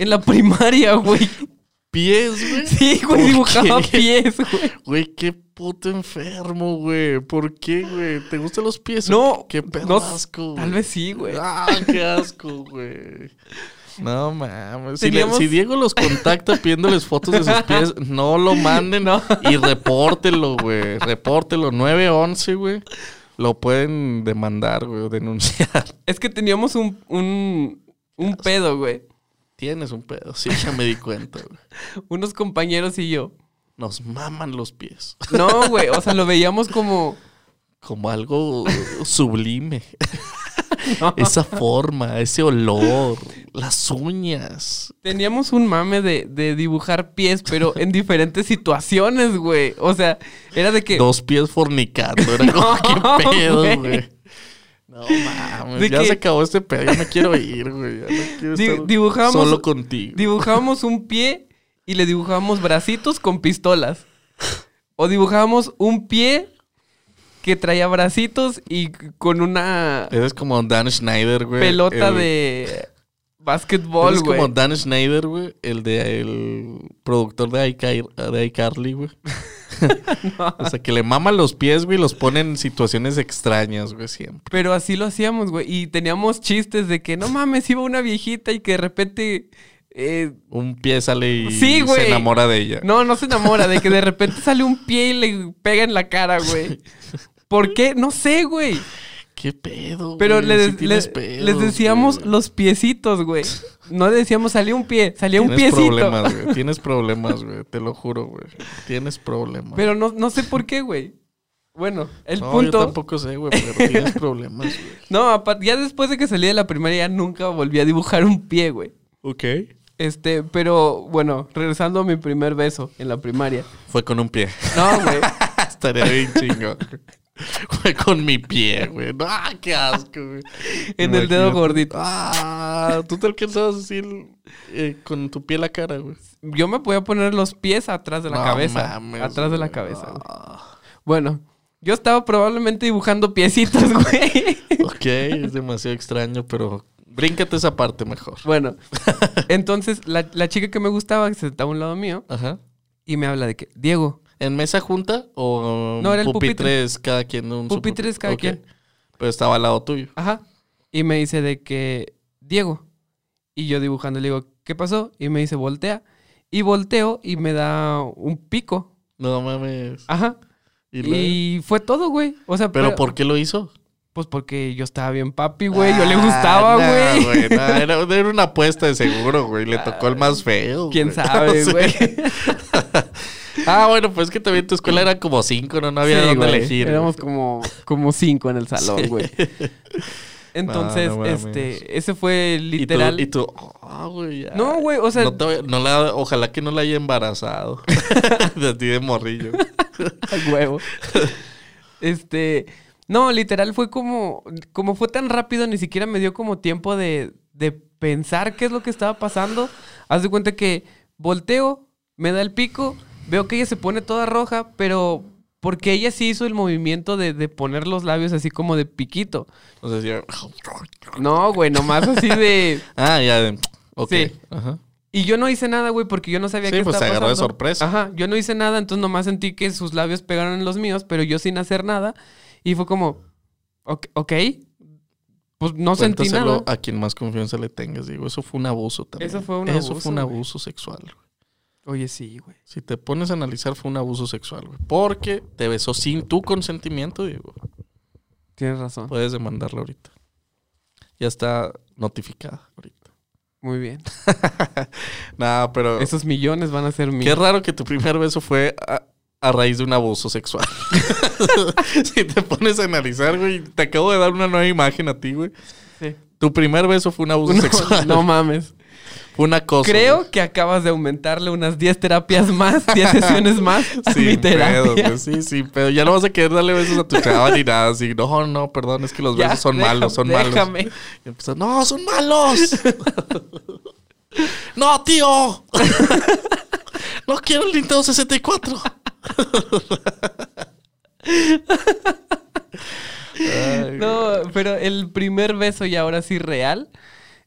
en la primaria, güey.
Pies, güey.
Sí, güey,
¿Por
dibujaba
qué?
pies, güey.
Güey, qué puto enfermo, güey. ¿Por qué, güey? ¿Te gustan los pies?
No,
Qué perro
no,
asco,
Tal
güey.
vez sí, güey.
Ah, qué asco, güey. No mames. Si, le-
Teníamos-
si Diego los contacta pidiéndoles fotos de sus pies, no lo manden
No.
y repórtelo, güey. Repórtelo. 911, güey. Lo pueden demandar, güey, o denunciar.
Es que teníamos un, un, un pedo, güey.
Tienes un pedo, sí, ya me di cuenta, güey.
Unos compañeros y yo.
Nos maman los pies.
No, güey, o sea, lo veíamos como...
Como algo sublime.
No.
Esa forma, ese olor, las uñas.
Teníamos un mame de, de dibujar pies, pero en diferentes situaciones, güey. O sea, era de que.
Dos pies fornicando. Era
No,
como, qué pedo,
güey.
güey. No mames.
De
Ya
que-
se acabó este pedo. Ya me quiero ir, güey. Ya no quiero
Di-
estar
dibujamos-
solo contigo.
Dibujábamos un pie y le dibujábamos bracitos con pistolas. O dibujábamos un pie que traía bracitos y con una
Eres como Dan Schneider, güey.
pelota
el-
de básquetbol,
Eres
güey.
como Dan Schneider, güey. El de el productor de iCar- de iCarly, güey. O sea, que le maman los pies, güey, y los pone en situaciones extrañas, güey, siempre.
Pero así lo hacíamos, güey. Y teníamos chistes de que no mames, iba una viejita y que de repente eh,
Un pie sale y
Sí, güey.
se enamora de ella.
no, no se enamora, de que de repente sale un pie y le pega en la cara, güey. ¿Por qué? No sé, güey.
¿Qué pedo?
Pero
güey?
le-
Sí
le-
tienes
les
pedos,
decíamos
güey.
los piecitos, güey. No decíamos salía un pie, salía un
Tienes
piecito.
problemas, güey. Tienes problemas, güey. Te lo juro, güey. Tienes problemas.
Pero no, no sé por qué, güey. Bueno, el
no,
punto.
yo tampoco sé, güey, pero tienes problemas, güey.
No, apa- ya después de que salí de la primaria ya nunca volví a dibujar un pie, güey.
Ok.
Este, pero bueno, regresando a mi primer beso en la primaria.
Fue con un pie. Ah,
No, güey.
Estaría bien chingón. Fue con mi pie, güey. No, ¡Ah, qué asco, güey!
En el dedo gordito.
Ah, tú te alcanzabas así el- eh, con tu pie la cara, güey.
Yo me podía poner los pies atrás de la
No
cabeza.
mames,
atrás de la
güey.
cabeza, güey. Bueno, yo estaba probablemente dibujando piecitos, güey.
Ok, es demasiado extraño, pero bríncate esa parte mejor.
Bueno, entonces la, la chica que me gustaba que se sentaba a un lado mío
Ajá.
y me habla de que, Diego,
¿En mesa junta o
No, era el
pupitres cada quien? Un
Pupitres cada
Ok.
quien.
Pero estaba al lado tuyo.
ajá. Y me dice de que, Diego. Y yo dibujando le digo, ¿qué pasó? Y me dice, voltea. Y volteo y me da un pico.
No mames.
Ajá.
Y luego-
Y, fue todo, güey. O sea,
¿Pero por qué lo hizo?
Pues porque yo estaba bien papi, güey. Yo le
Ah,
gustaba,
no,
güey. Ah,
no, era, era una apuesta de seguro, güey. Le tocó el más feo.
Quién
güey.
sabe,
No
güey.
sé. ah, bueno, pues es que también tu escuela era como cinco, ¿no? No había
Sí,
dónde
güey.
elegir.
Éramos
güey.
como, como cinco en el salón, güey. Entonces,
No, no mames.
este, ese fue
Y tú-
literal.
Y tú, ah, güey. ya.
No, güey, o sea-
No te voy- no la- ojalá que no la haya embarazado. de ti de morrillo.
A huevo. Este. No, literal fue como. Como fue tan rápido, ni siquiera me dio como tiempo de, de pensar qué es lo que estaba pasando. Haz de cuenta que volteo, me da el pico, veo que ella se pone toda roja, pero. Porque ella sí hizo el movimiento de, de poner los labios así como de piquito.
Entonces yo,
No, güey, nomás así de.
ah, ya. de- Ok.
Sí.
Ajá.
Y yo no hice nada, güey, porque yo no sabía
Sí,
qué
pues,
estaba
se agarró de
pasando.
sorpresa.
Ajá, yo no hice nada, entonces nomás sentí que sus labios pegaron en los míos, pero yo sin hacer nada. Y fue como, ok, ok, pues no sentí
Cuéntaselo
nada.
a quien más confianza le tengas. Digo, eso fue un abuso también.
Eso fue un
Eso
abuso,
fue un
güey.
abuso sexual. güey.
Oye, sí, güey.
Si te pones a analizar, fue un abuso sexual, güey. Porque te besó sin tu consentimiento, Diego.
Tienes razón.
Puedes demandarla ahorita. Ya está notificada ahorita.
Muy bien.
Nada, pero.
Esos millones van a ser míos.
Qué raro que tu primer beso fue a, a raíz de un abuso sexual. si te pones a analizar, güey, te acabo de dar una nueva imagen a ti, güey.
Sí.
Tu primer beso fue un abuso
No,
sexual.
no mames.
Fue una cosa.
Creo que acabas de aumentarle unas 10 terapias más, 10 sesiones más a mi
Sin
terapia.
pedo, pues, güey. sí, sí, pero ya no vas a querer darle besos a tu chava ni nada así. No, no, perdón, es que los
Ya,
besos son
déjame-
malos, son malos.
déjame.
Y empezó, no, son malos. no, tío. no quiero el Nintendo 64. Ay,
No, pero el primer beso y ahora sí real.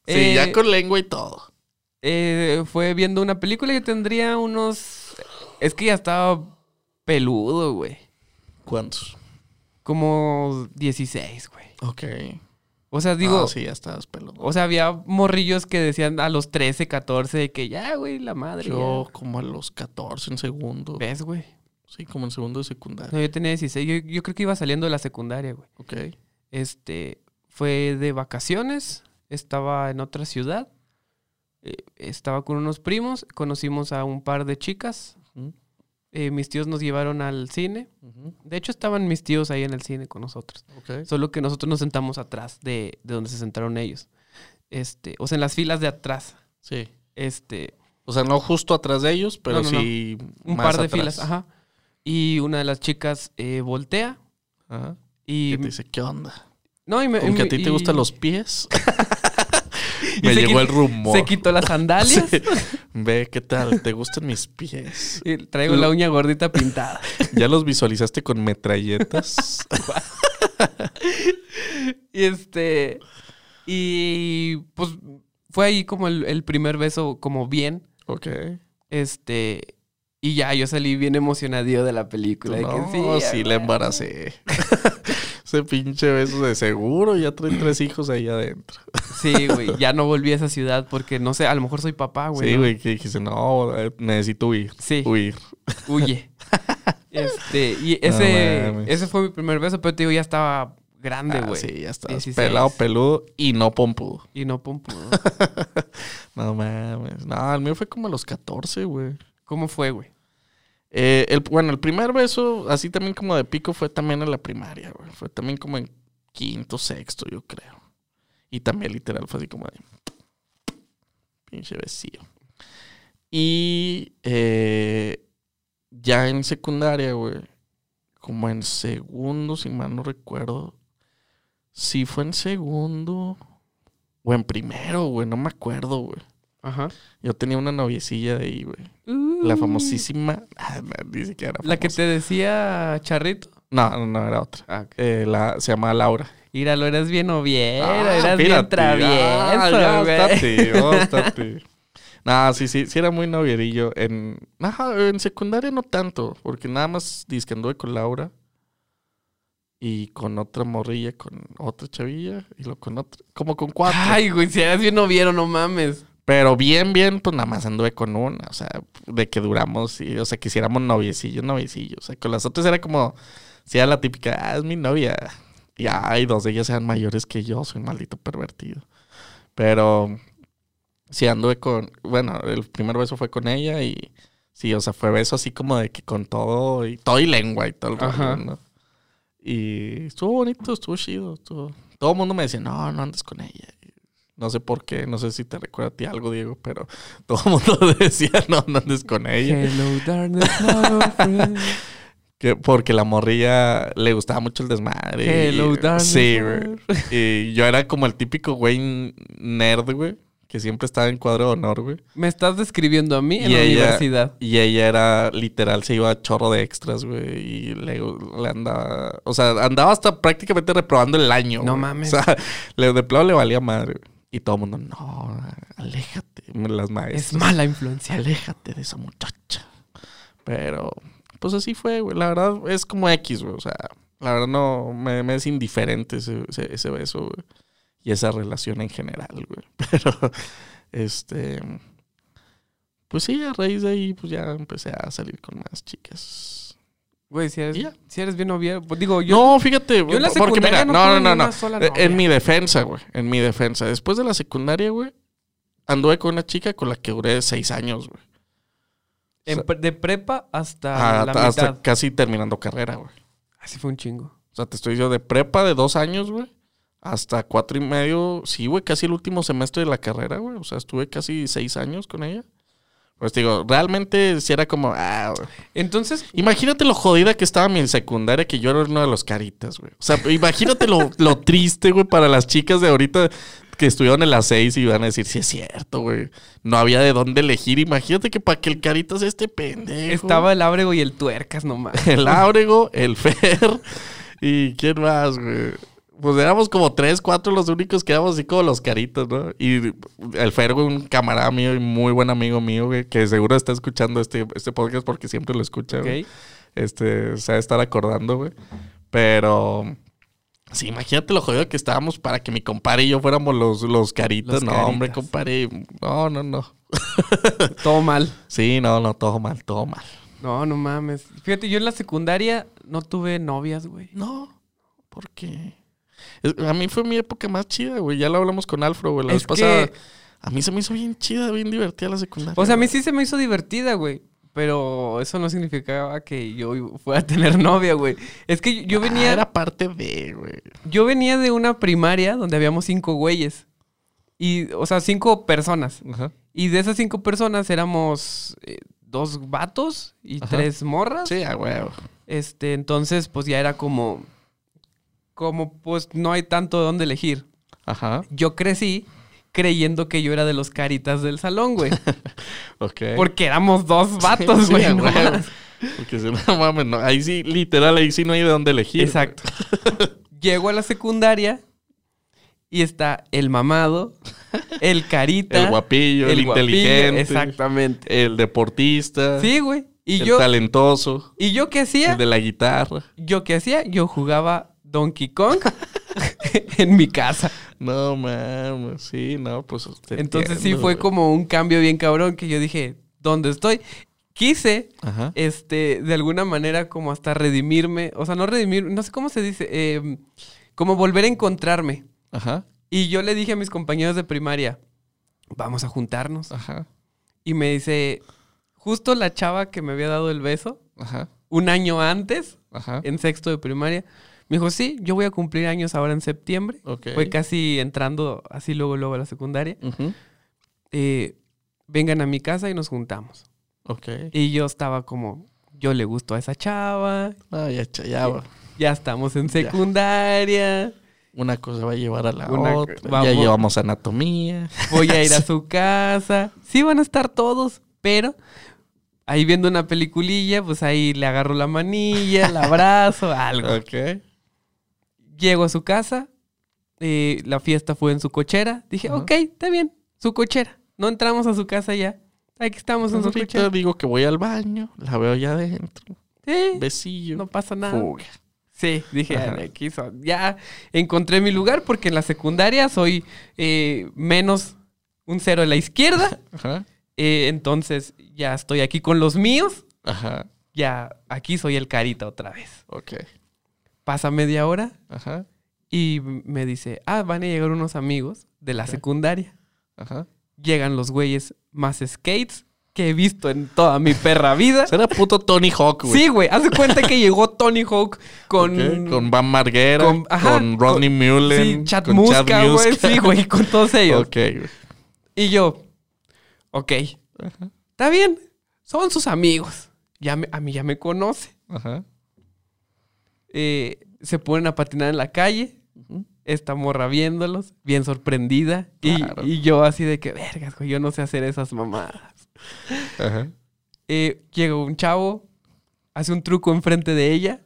Sí,
eh,
ya con lengua y todo.
eh, fue viendo una película que tendría unos. Es que ya estaba peludo, güey.
¿Cuántos?
Como 16, güey.
Ok.
O sea, digo.
Digo, Ah, sí, ya estabas peludo.
O sea, había morrillos que decían a los 13, 14 de que ya, güey, la madre.
Yo como a los 14 en segundo.
ya". ¿Ves, güey?
Sí, como en segundo de secundaria.
No, yo tenía 16. Yo, yo creo que iba saliendo de la secundaria, güey.
Ok.
Este. Fue de vacaciones. Estaba en otra ciudad. eh, estaba con unos primos. Conocimos a un par de chicas.
Ujú,
eh, mis tíos nos llevaron al cine.
ujú,
De hecho, estaban mis tíos ahí en el cine con nosotros.
Ok.
Solo que nosotros nos sentamos atrás de, de donde se sentaron ellos. Este, o sea, en las filas de atrás.
Sí.
Este,
O sea, no justo atrás de ellos, pero
No, no, no.
sí
un
más
par de
atrás.
filas, ajá. Y una de las chicas eh, voltea
Ajá.
y
Que te dice, ¿qué onda?
no y me-
Como
y
que a
me-
ti te
y-
gustan los pies.
y
Me
se
llegó
quit-
el rumor.
Se quitó las sandalias.
Sí. Ve, ¿qué tal? ¿Te gustan mis pies?
Y traigo la uña gordita pintada.
¿Ya los visualizaste con metralletas?
y este y pues fue ahí como el, el primer beso como bien.
ok.
Este. Y
Pues Oh,
ya, yo salí bien emocionadillo de la película. de que
No,
sí,
sí,
ah,
la embaracé. Ese pinche beso de seguro ya trae tres hijos ahí adentro.
Sí, güey. Ya no volví a esa ciudad porque, no sé, a lo mejor soy papá, güey.
sí,
¿no?
güey, que dijiste, no, eh, necesito huir.
Sí.
Huir.
Huye. Este, y ese,
mames.
ese fue mi primer beso, pero te digo, ya estaba grande,
Ah,
güey.
sí, ya está.
16.
Pelado, peludo y no pompudo.
Y no pompudo.
No mames. No, el mío fue como a los 14, güey.
¿Cómo fue, güey?
Eh, el, bueno, el primer beso, así también como de pico, fue también en la primaria, güey. Fue también como en quinto, sexto, yo creo. Y también literal fue así como de... Pinche besillo. Y eh, ya en secundaria, güey, como en segundo, si mal no recuerdo. Sí fue en segundo o en primero, güey, no me acuerdo, güey.
Ajá.
Yo tenía una noviecilla de ahí, güey. La famosísima. Ah, no, ni siquiera era
Mm. Uh, La que
famosa.
te decía Charrito.
No, no, no, era otra.
Ah,
Eh, la, se llamaba Laura.
Míralo, eras bien noviero, eras
mírate.
bien
Ah, ya
travieso,
está,
güey.
tío, está, tío. No, sí, sí, sí era muy novierillo. En, ajá, en secundaria no tanto, porque nada más dizque anduve con Laura y con otra morrilla, con otra chavilla y lo con otra, como con cuatro.
Ay, güey, si eras bien noviero, no mames.
Pero bien, bien, pues nada más anduve con una, o sea, de que duramos, y, o sea, que hiciéramos noviecillos, noviecillos. O sea, con las otras era como, si era la típica, ah, es mi novia. Y ay, dos de ellas sean mayores que yo, soy un maldito pervertido. Pero sí anduve con, bueno, el primer beso fue con ella y sí, o sea, fue beso así como de que con todo y todo y lengua y todo el rollo,
Ajá.
¿no? Y estuvo bonito, estuvo chido, estuvo- Todo el mundo me decía, no, no andes con ella. No sé por qué, no sé si te recuerda a ti algo, Diego, pero todo el mundo decía, no, no andes con ella.
Hello, darkness, my friend.
Que porque la morrilla le gustaba mucho el desmadre.
Hello,
y,
darkness,
Sí,
my
güey. Y yo era como el típico güey nerd, güey, que siempre estaba en cuadro de honor, güey.
Me estás describiendo a mí en
Y
la
ella-
universidad.
Y ella era literal, se iba a chorro de extras, güey. Y le, le andaba. O sea, andaba hasta prácticamente reprobando el año.
No
güey.
mames.
O sea, le, de plano le valía madre. güey. Y todo el mundo, no, aléjate. Las maestras.
Es mala influencia.
Aléjate de esa muchacha. Pero, pues así fue, güey. La verdad es como X, güey. O sea, la verdad no me, me es indiferente ese, ese- ese beso, güey. Y esa relación en general, güey. Pero, este. Pues sí, a raíz de ahí, pues ya empecé a salir con más chicas.
Güey, si eres,
Y ya.
si eres bien noviero. pues, Digo, yo.
no, fíjate,
en la
porque mira,
secundaria
no,
no
no,
tuve
no,
ni
no.
una sola
Eh, En
novia.
mi defensa, güey. En mi defensa. Después de la secundaria, güey, anduve con una chica con la que duré seis años, güey.
en pre- de prepa hasta
Ah,
la
hasta-
mitad.
hasta casi terminando carrera, güey.
Así fue un chingo.
O sea, te estoy diciendo de prepa de dos años, güey. Hasta cuatro y medio. Sí, güey, casi el último semestre de la carrera, güey. O sea, estuve casi seis años con ella. Pues te digo, realmente sí era como. ah, güey.
Entonces,
Imagínate lo jodida que estaba mi secundaria, que yo era uno de los caritas, güey. O sea, imagínate lo, lo triste, güey, para las chicas de ahorita que estuvieron en las seis y van a decir, sí es cierto, güey. No había de dónde elegir. Imagínate que para que el caritas este pendejo.
estaba el ábrego y el tuercas nomás.
el Ábrego, el Fer y quién más, güey. Pues éramos como tres, cuatro los únicos que éramos así como los caritos, ¿no? Y el Fer, güey, un camarada mío y muy buen amigo mío, güey, que seguro está escuchando este, este podcast porque siempre lo escucha, güey.
Ok.
Este, se va a estar acordando, güey. Pero, sí, imagínate lo jodido que estábamos para que mi compadre y yo fuéramos los, los caritas.
Los
no, hombre,
caritas.
compadre, no, no, no.
Todo mal.
Sí, no, no, todo mal, todo mal.
No, no mames. Fíjate, yo en la secundaria no tuve novias, güey.
No, porque a mí fue mi época más chida, güey. Ya lo hablamos con Alfro, güey. La
Es
vez pasada.
que-
A mí se me hizo bien chida, bien divertida la secundaria.
O sea, a mí
güey.
sí se me hizo divertida, güey. Pero eso no significaba que yo fuera a tener novia, güey. Es que yo, yo venía,
Ah, era parte de, güey.
yo venía de una primaria donde habíamos cinco güeyes. Y, o sea, cinco personas.
Ajá.
Y de esas cinco personas éramos eh, dos vatos y
Ajá.
tres morras.
Sí, a huevo.
Este, entonces, pues ya era como. Como pues no hay tanto de dónde elegir.
Ajá.
Yo crecí creyendo que yo era de los caritas del salón, güey.
Ok.
Porque éramos dos vatos,
Sí,
güey.
a
no
huevo.
más.
Porque si no mames, no. Ahí sí, literal, ahí sí no hay de dónde elegir. güey.
Exacto. Llego a la secundaria y está el mamado, el carita.
El guapillo, el,
el guapillo,
inteligente.
Exactamente.
El deportista.
Sí, güey. Y
el
yo,
talentoso.
¿Y yo qué hacía?
El de la guitarra.
¿Yo qué hacía? Yo jugaba Donkey Kong en mi casa.
No mames, sí, no, pues. te
Entonces sí
entiendo,
fue
güey.
como un cambio bien cabrón que yo dije, ¿dónde estoy? Quise,
Ajá.
este, de alguna manera como hasta redimirme, o sea, no redimir, no sé cómo se dice, eh, como volver a encontrarme.
Ajá.
Y yo le dije a mis compañeros de primaria, vamos a juntarnos.
Ajá.
Y me dice, justo la chava que me había dado el beso,
Ajá.
un año antes,
Ajá.
en sexto de primaria, me dijo, sí, yo voy a cumplir años ahora en septiembre.
Ok.
Fue casi entrando así luego, luego a la secundaria.
Ujú.
eh, vengan a mi casa y nos juntamos.
Ok.
Y yo estaba como, yo le gusto a esa chava,
Ah, ya, cha- ya va.
ya estamos en
Ya.
secundaria,
Una cosa va a llevar a la
Una-
otra. Ya
vamos.
llevamos anatomía.
voy a ir a su casa. Sí van a estar todos, pero ahí viendo una peliculilla, pues ahí le agarro la manilla, la abrazo, algo.
Ok.
Llego a su casa, eh, la fiesta fue en su cochera. Dije,
Ajá.
ok, está bien, su cochera. No entramos a su casa ya. Aquí estamos en su
Ahorita
cochera.
digo que voy al baño, la veo allá adentro.
Sí,
Besillo.
no pasa nada.
fuga.
Sí, dije,
Ajá.
"Ah, aquí son". ya encontré mi lugar porque en la secundaria soy eh, menos un cero a la izquierda.
Ajá.
Eh, entonces ya estoy aquí con los míos.
Ajá.
Ya aquí soy el carita otra vez.
Ok.
Pasa media hora
Ajá.
y me dice, ah, van a llegar unos amigos de la secundaria.
Ajá.
Llegan los güeyes más skates que he visto en toda mi perra vida.
Será puto Tony Hawk, güey.
Sí, güey, haz de cuenta que llegó Tony Hawk con...
Ok, Con Van Marguera,
con-
con,
ajá,
Rodney Mullen,
Sí, Chad
con
Muska, güey.
Muska.
Sí, güey, con todos ellos.
Ok, güey.
Y yo, ok,
Ajá,
está bien, son sus amigos. Ya me- a mí ya me conoce.
ajá.
Eh, se ponen a patinar en la calle.
Ujú.
Esta morra viéndolos, bien sorprendida. Y,
Claro.
y yo así de que, vergas, güey, yo no sé hacer esas mamadas.
Ajá.
Eh, llega un chavo, hace un truco enfrente de ella,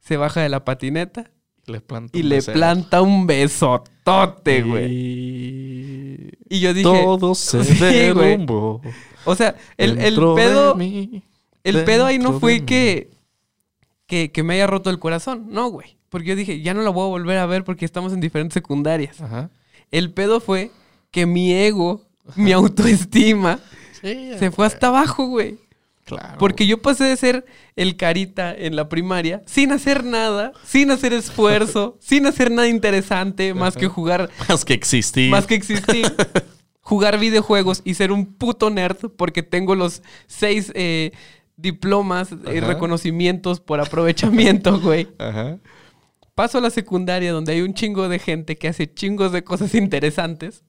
se baja de la patineta
Y le planta.
y
un
le
beso.
planta un besotote, güey.
Y...
Y yo dije,
Todo se
Sí, güey.
derrumbó.
o sea, el, el
dentro de
pedo...
mí.
El pedo ahí no
dentro de
fue
mí.
que, que, que me haya roto el corazón, no, güey. Porque yo dije, ya no la voy a volver a ver porque estamos en diferentes secundarias.
Ajá.
El pedo fue que mi ego, mi autoestima,
Sí,
se fue hasta abajo, güey.
claro.
Porque yo pasé de ser el carita en la primaria, sin hacer nada, sin hacer esfuerzo, sin hacer nada interesante, más que jugar,
Más que existir.
más que existir. Jugar videojuegos y ser un puto nerd porque tengo los seis eh, diplomas y
Ajá.
reconocimientos por aprovechamiento, güey.
Ajá.
Paso a la secundaria donde hay un chingo de gente que hace chingos de cosas interesantes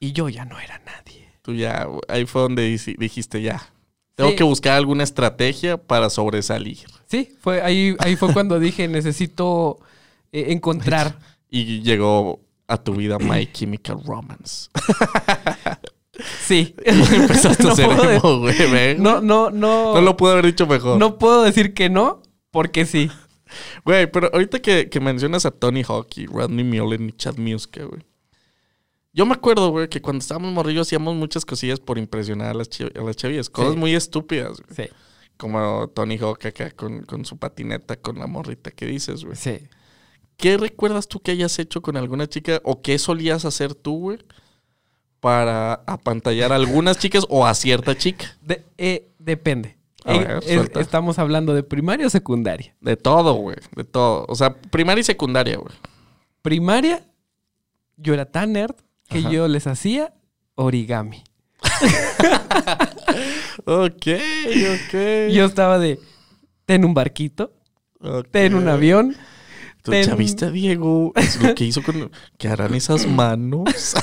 y yo ya no era nadie.
Tú ya, ahí fue donde dici- dijiste ya. Tengo
Sí.
que buscar alguna estrategia para sobresalir.
Sí, fue, ahí, ahí fue cuando dije necesito eh, encontrar.
Y llegó a tu vida My Chemical Romance.
Sí.
Empezaste
No
a ser
puedo de-
emo, güey. ven.
No, no, no.
No lo pude haber dicho mejor.
no puedo decir que no porque sí.
Güey, pero ahorita que, que mencionas a Tony Hawk y Rodney Mullen y Chad Muska, güey. Yo me acuerdo, güey, que cuando estábamos morrillos hacíamos muchas cosillas por impresionar a las, chav- a las chavillas. Cosas
Sí.
muy estúpidas, güey.
Sí,
Como Tony Hawk acá con, con su patineta, con la morrita que dices, güey.
sí.
¿Qué recuerdas tú que hayas hecho con alguna chica o qué solías hacer tú, güey? Para apantallar a algunas chicas o a cierta chica.
De- eh, depende.
A
Eh,
ver,
es-
suelta.
estamos hablando de primaria o secundaria.
De todo, güey. De todo. O sea, primaria y secundaria, güey.
Primaria, yo era tan nerd que
Ajá.
yo les hacía origami.
Ok, ok.
Yo estaba de, ten un barquito,
Ok.
ten un avión.
¿Tú
ten-
ya viste a Diego? Es lo que hizo con... ¿Qué harán esas manos?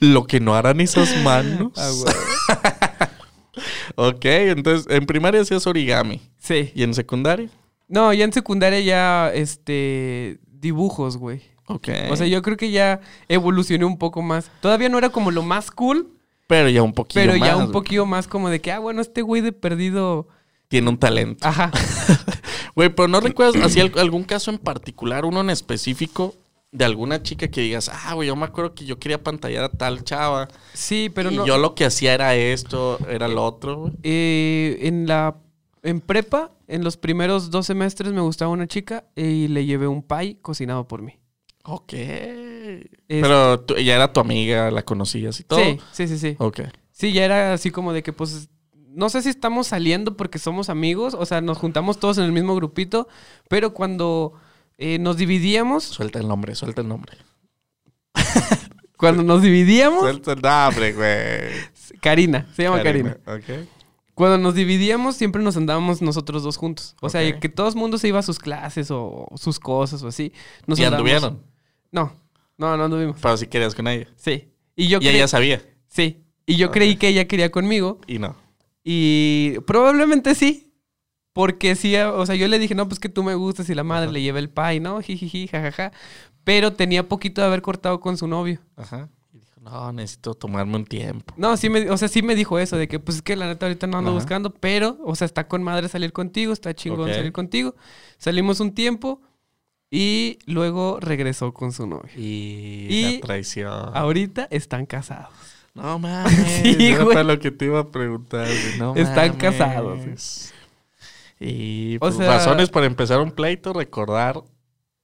lo que no harán esas manos. ok, entonces en primaria hacías origami.
Sí.
¿Y en secundaria?
No, ya en secundaria ya, este, dibujos, güey.
Ok.
O sea, yo creo que ya evolucioné un poco más. Todavía no era como lo más cool,
Pero ya un poquito
pero ya
más,
un
güey.
poquito más como de que, ah, bueno, este güey de perdido.
Tiene un talento.
Ajá.
Güey, pero ¿no recuerdas así al- algún caso en particular, uno en específico, de alguna chica que digas, ah, güey, yo me acuerdo que yo quería pantallar a tal chava
Sí, pero
y
no.
yo lo que hacía era esto, era lo otro, güey?
eh, en la en prepa, en los primeros dos semestres me gustaba una chica y le llevé un pie cocinado por mí.
Ok. Pero tú- ella era tu amiga, la conocías y todo. Oh.
Sí, sí, sí, sí.
Ok.
Sí, ya era así como de que pues no sé si estamos saliendo porque somos amigos, o sea, nos juntamos todos en el mismo grupito, pero cuando eh, nos dividíamos,
Suelta el nombre, suelta el nombre.
cuando nos dividíamos,
Suelta el nombre, güey.
Karina, se llama Karina.
Ok.
Cuando nos dividíamos, siempre nos andábamos nosotros dos juntos. O
Ok.
sea, que todo el mundo se iba a sus clases o sus cosas o así. Nos
y
andábamos-
anduvieron.
No, no, no anduvimos.
Pero sí querías con ella.
Sí. Y yo,
Y
cre-
ella sabía.
sí. Y yo
Ok.
creí que ella quería conmigo.
Y no.
Y probablemente sí. Porque sí, o sea, yo le dije, no, pues que tú me gustas y la madre
Ajá.
le lleva el pay, ¿no? Jijiji, jajaja. Pero tenía poquito de haber cortado con su novio.
Ajá. Y dijo, no, necesito tomarme un tiempo.
No, sí me, o sea, sí me dijo eso, de que pues es que la neta ahorita no ando
Ajá.
buscando, pero, o sea, está con madre salir contigo, está chingón
Ok.
salir contigo. Salimos un tiempo y luego regresó con su novio.
Y,
Y-
la traición.
Ahorita están casados.
No mames.
Sí,
era
güey.
para lo que te iba a preguntar. güey, No
Están
mames.
casados.
Y
O
pues,
sea-
razones para empezar un pleito, recordar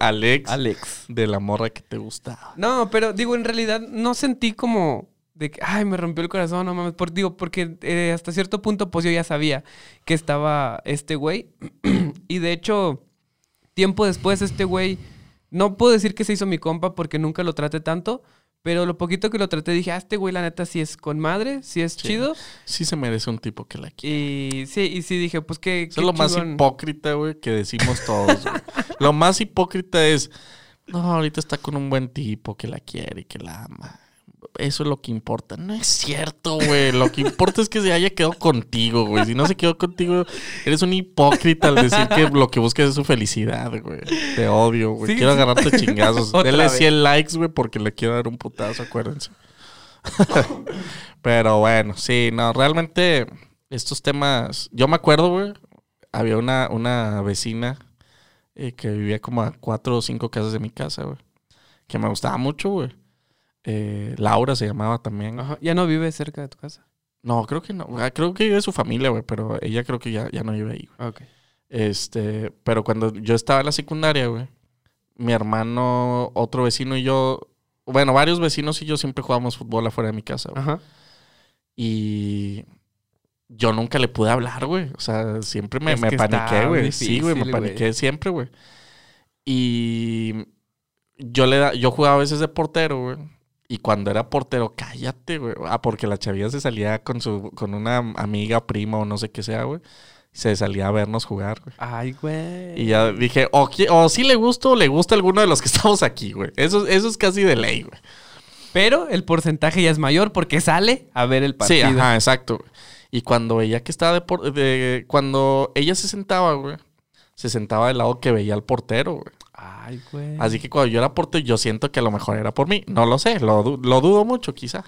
al ex
Alex.
de la morra que te gustaba.
No, pero digo, en realidad no sentí como de que, ay, me rompió el corazón, no mames. Por, digo, porque eh, hasta cierto punto, pues yo ya sabía que estaba este güey. y de hecho, tiempo después, este güey, no puedo decir que se hizo mi compa porque nunca lo traté tanto. Pero lo poquito que lo traté dije, ah, este güey la neta sí es con madre, sí es
Sí.
chido.
Sí se merece un tipo que la quiera.
Y sí, y sí dije, pues que...
Eso es lo más hipócrita, güey, que decimos todos. güey. lo más hipócrita es, no, ahorita está con un buen tipo que la quiere y que la ama. Eso es lo que importa. No es cierto, güey. Lo que importa es que se haya quedado contigo, güey. Si no se quedó contigo, eres un hipócrita al decir que lo que buscas es su felicidad, güey. Te odio, güey.
Sí,
quiero
sí.
agarrarte chingazos.
Otra
Denle
vez.
100 likes, güey, porque le quiero dar un putazo, acuérdense. Pero bueno, sí, no, realmente estos temas. Yo me acuerdo, güey, había una, una vecina eh, que vivía como a cuatro o cinco casas de mi casa, güey. Que me gustaba mucho, güey. Eh, Laura se llamaba también.
Ajá, ya no vive cerca de tu casa.
No, creo que no. Ah, Creo que vive su familia, güey, pero ella creo que ya, ya no vive ahí, güey.
Ok.
Este, pero cuando yo estaba en la secundaria, güey, mi hermano, otro vecino y yo, bueno, varios vecinos y yo siempre jugábamos fútbol afuera de mi casa, güey.
Ajá.
Y yo nunca le pude hablar, güey. O sea, siempre me,
Es
me
que está
paniqué, güey. Sí, güey, me
difícil, güey.
paniqué siempre, güey. Y yo le da, yo jugaba a veces de portero, güey. Y cuando era portero, cállate, güey. Ah, porque la chavilla se salía con su, con una amiga, prima o no sé qué sea, güey. Se salía a vernos jugar, güey.
Ay, güey.
Y ya dije, o, qui- o sí le gusto o le gusta alguno de los que estamos aquí, güey. Eso, eso es casi de ley, güey.
Pero el porcentaje ya es mayor porque sale a ver el partido.
Sí, ajá, exacto. güey. Y cuando ella que estaba de, por- de- cuando ella se sentaba, güey, se sentaba del lado que veía al portero, güey.
Ay, güey.
Así que cuando yo era portero, yo siento que a lo mejor era por mí. No lo sé, lo, du- lo dudo mucho, quizá.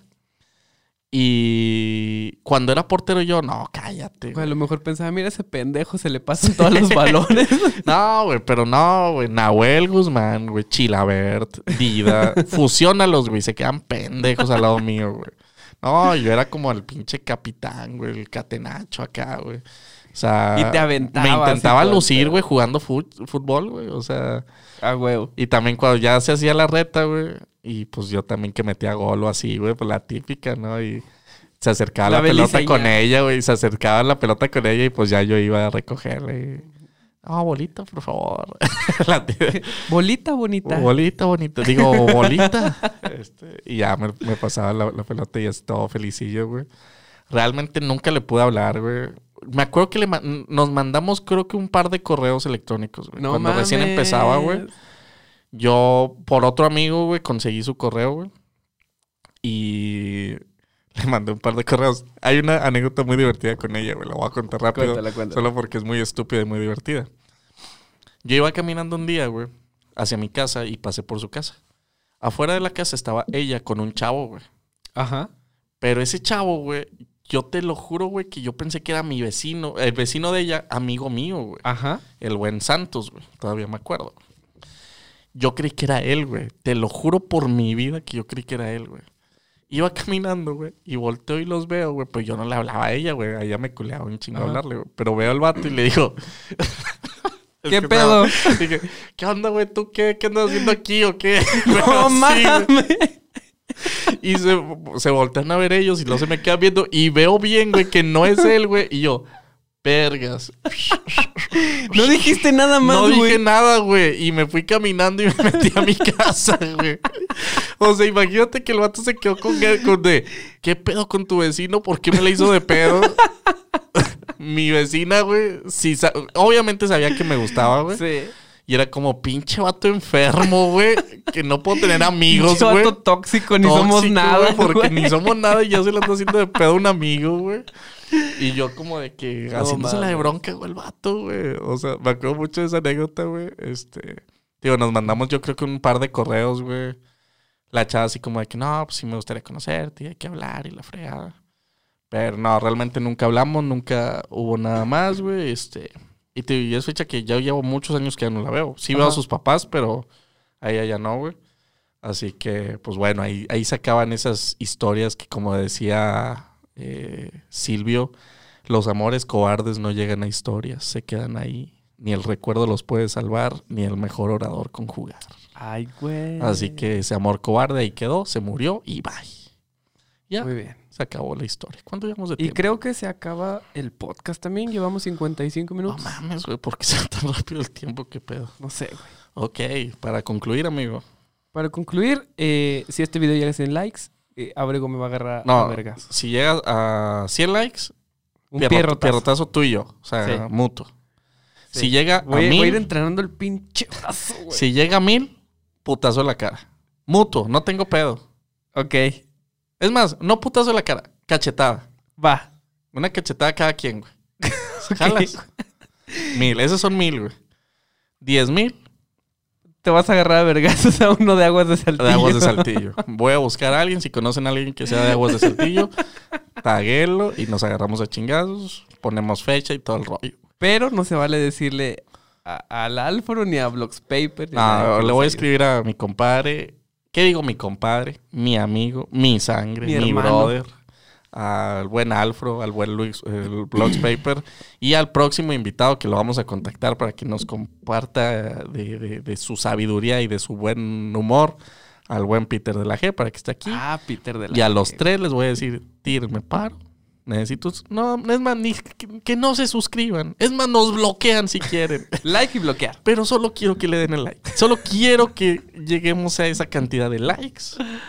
Y cuando era portero yo, no, cállate.
Güey,
güey.
a lo mejor pensaba, mira ese pendejo, se le pasan todos los balones.
No, güey, pero no, güey. Nahuel Guzmán, güey, Chilabert, Dida. fusiónalos, güey. Se quedan pendejos al lado mío, güey. No, yo era como el pinche capitán, güey, el catenacho acá, güey. O sea,
Y te aventabas
Me
y
intentaba
todo el
lucir,
pedo.
güey, jugando fut- fútbol, güey. O sea,
ah, huevo.
y también cuando ya se hacía la reta, güey. Y pues yo también que metía gol o así, güey, pues la típica, ¿no? Y se acercaba la,
La
pelota
beliceña.
con ella, güey. y Se acercaba la pelota con ella y pues ya yo iba a recogerla. y, Ah, bolita, por favor. La tía,
Bolita bonita.
bolita, bonita. Digo, bolita. Este, y ya me, me pasaba la, la pelota y estaba todo felicillo, güey. Realmente nunca le pude hablar, güey. Me acuerdo que le ma- nos mandamos creo que un par de correos electrónicos, güey.
no
cuando
mames.
recién empezaba, güey. Yo, por otro amigo, güey, conseguí su correo, güey. Y le mandé un par de correos. Hay una anécdota muy divertida con ella, güey. La voy a contar rápido.
Cuéntala, cuéntala.
Solo porque es muy estúpida y muy divertida. Yo iba caminando un día, güey, hacia mi casa y pasé por su casa. Afuera de la casa estaba ella con un chavo, güey.
Ajá.
Pero ese chavo, güey, yo te lo juro, güey, que yo pensé que era mi vecino, el vecino de ella, amigo mío, güey.
Ajá.
El buen Santos, güey. Todavía me acuerdo. Yo creí que era él, güey. Te lo juro por mi vida que yo creí que era él, güey. Iba caminando, güey, y volteo y los veo, güey, pero yo no le hablaba a ella, güey. A ella me culeaba un chingo
Ajá.
hablarle, güey. Pero veo al vato y le digo... Es
¿Qué
que me
pedo?
da- Dije, ¿qué onda, güey? ¿Tú qué? ¿Qué andas haciendo aquí o qué? Pero
¡No
sí,
mames!
güey. Y se, se voltean a ver ellos y luego se me quedan viendo y veo bien, güey, que no es él, güey. Y yo, vergas.
No dijiste nada más,
No
güey.
dije nada, güey. Y me fui caminando y me metí a mi casa, güey. O sea, imagínate que el vato se quedó con, con de, ¿qué pedo con tu vecino? ¿Por qué me le hizo de pedo? mi vecina, güey, sí, sa- obviamente sabía que me gustaba, güey.
Sí.
Y era como, pinche vato enfermo, güey, que no puedo tener amigos,
Pinche
güey.
vato tóxico, ni
Tóxico,
somos
güey,
nada.
porque
güey.
ni somos nada y ya se la ando haciendo de pedo a un amigo, güey. Y yo como de que
No
haciéndose la de
mames.
bronca, güey, el vato, güey. O sea, me acuerdo mucho de esa anécdota, güey. Este, digo, nos mandamos yo creo que un par de correos, güey. La chava así como de que, no, pues sí me gustaría conocerte, hay que hablar y la fregada. Pero no, realmente nunca hablamos, nunca hubo nada más, güey. Este, y te digo, y es fecha que ya llevo muchos años que ya no la veo. Sí veo a
Ajá.
sus papás, pero a ella ya no, güey. Así que, pues bueno, ahí, ahí sacaban esas historias que, como decía eh, Silvio, los amores cobardes no llegan a historias, se quedan ahí. Ni el recuerdo los puede salvar, ni el mejor orador conjugar.
Ay, güey.
Así que ese amor cobarde ahí quedó, se murió y bye. Ya,
Muy bien.
se acabó la historia. ¿Cuánto llevamos de
Y
tiempo?
creo que se acaba el podcast también. Llevamos 55
No
minutos. No,
mames, güey, ¿por qué se va tan rápido el tiempo? ¿Qué pedo?
sé, güey.
Ok, para concluir, amigo.
Para concluir, eh, si este video ya le hacen likes, eh, Abrego me va a agarrar a
No,
vergas.
si llegas a 100 likes,
Un
pierrot-
pierrotazo.
pierrotazo tú y yo. O sea,
Sí.
mutuo.
Sí.
Si llega
Voy,
a
voy a ir
mil,
entrenando el pinche brazo, güey.
si llega a mil, putazo en la cara. Mutuo, no tengo pedo.
Ok,
Es más, no putazo en la cara, cachetada.
va.
Una cachetada cada quien, güey. Jalas. Mil, esos son mil, güey. Diez mil
Te vas a agarrar a vergazos a uno de aguas de saltillo.
de aguas de saltillo. Voy a buscar a alguien, si conocen a alguien que sea de aguas de saltillo, taguelo y nos agarramos a chingazos, ponemos fecha y todo el rollo.
Pero no se vale decirle a- al Alfaro ni a Blocks Paper. ni a nadie
No,
que
Ah, le
nos
voy a
ayude.
escribir a mi compadre. ¿Qué digo mi compadre? Mi amigo, mi sangre,
Mi
mi,
hermano.
brother. Al buen Alfro, al buen Luis, el Blogs Paper. Y al próximo invitado que lo vamos a contactar para que nos comparta de, de- de su sabiduría y de su buen humor. Al buen Peter de la G para que esté aquí.
Ah, Peter de la
y a los
G.
tres les voy a decir, tir, me paro. Necesito... No, es más, ni, que, que no se suscriban. Es más, nos bloquean si quieren.
Like y bloquear.
Pero solo quiero que le den el like. Solo quiero que lleguemos a esa cantidad de likes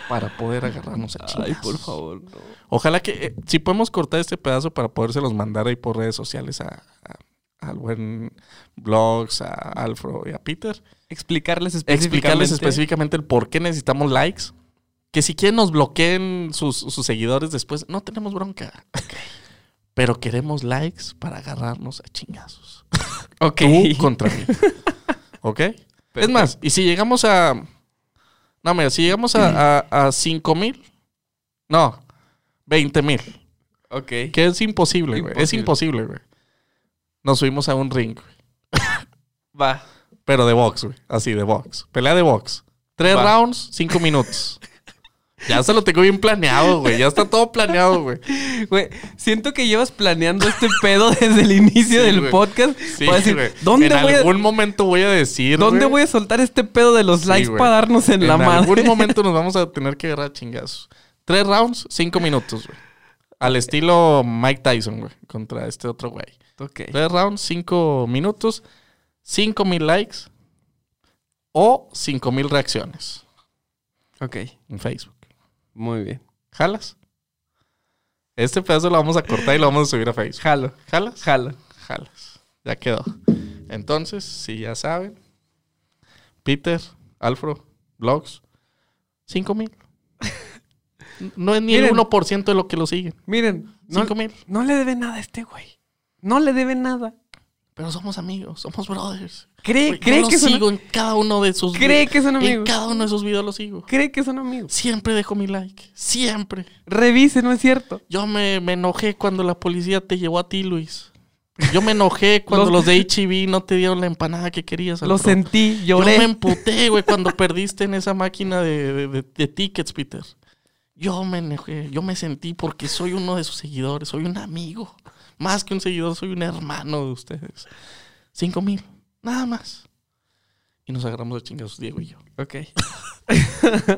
para poder agarrarnos a chingazos.
Ay, por favor, no.
Ojalá que, eh, si podemos cortar este pedazo para podérselos mandar ahí por redes sociales a, a- al buen Blogs, a Alfro y a Peter.
Explicarles específicamente.
Explicarles específicamente el por qué necesitamos likes. Que si quieren nos bloqueen sus, sus seguidores después, no tenemos bronca. Pero queremos likes para agarrarnos a chingazos.
Ok.
Tú contra mí. ¿Ok? Es
Perfecto.
más, y si llegamos a. No, mira, si llegamos a, a, 5 mil. No, 20 mil.
Ok.
Que es imposible, güey. Es
Imposible.
imposible, güey. Nos subimos a un ring, güey,
Va.
Pero de box, güey. Así, de box. Pelea de box. Tres
Va.
rounds, cinco minutos. ya se lo tengo bien planeado, güey. Ya está todo planeado, güey.
Güey, siento que llevas planeando este pedo desde el inicio
Sí,
del
güey.
podcast.
Sí,
Para decir,
güey.
¿dónde,
en
voy a,
algún momento voy a decir.
¿dónde
güey,
voy a soltar este pedo de los
Sí,
likes
güey.
para darnos en, la madre?
algún momento nos vamos a tener que agarrar a chingazos. Tres rounds, cinco minutos, güey. Al estilo Mike Tyson, güey, contra este otro güey.
Ok.
Tres rounds, cinco minutos, cinco mil likes o cinco mil reacciones
Ok.
en Facebook.
Muy bien.
¿Jalas? Este pedazo lo vamos a cortar y lo vamos a subir a Facebook.
Jalo.
¿Jalas?
Jalo.
Jalas. Ya quedó. Entonces, si ya saben, Peter, Alfro, Blogs, 5 mil. No es ni el
Miren.
1% de lo que lo siguen.
Miren. No,
5 mil.
no le debe nada a este güey. No le debe nada.
Pero somos amigos, somos brothers.
Cree,
Güey, yo
cree
los
que son
sigo en cada uno de sus
Cree que son
En
amigos.
cada uno de sus videos los sigo.
Cree que son amigos.
Siempre dejo mi like. Siempre.
Revise, no es cierto.
Yo me, me enojé cuando la policía te llevó a ti, Luis. Yo me enojé cuando los,
Los-
de HIV no te dieron la empanada que querías.
Lo
Alfro.
sentí,
Yo
lloré.
me emputé, güey, cuando perdiste en esa máquina de, de- de- de tickets, Peter. Yo me enojé, yo me sentí porque soy uno de sus seguidores, soy un amigo. Más que un seguidor, soy un hermano de ustedes. Cinco mil, nada más. Y nos agarramos a chingados, Diego y yo.
Ok.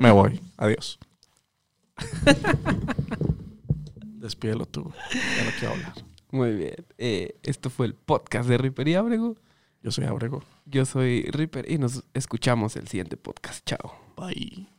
Me voy. Adiós. Despídelo tú. Ya no quiero hablar.
Muy bien. Eh, esto fue el podcast de Ripper y Abrego.
Yo soy Abrego.
Yo soy Ripper y nos escuchamos el siguiente podcast. Chao.
Bye.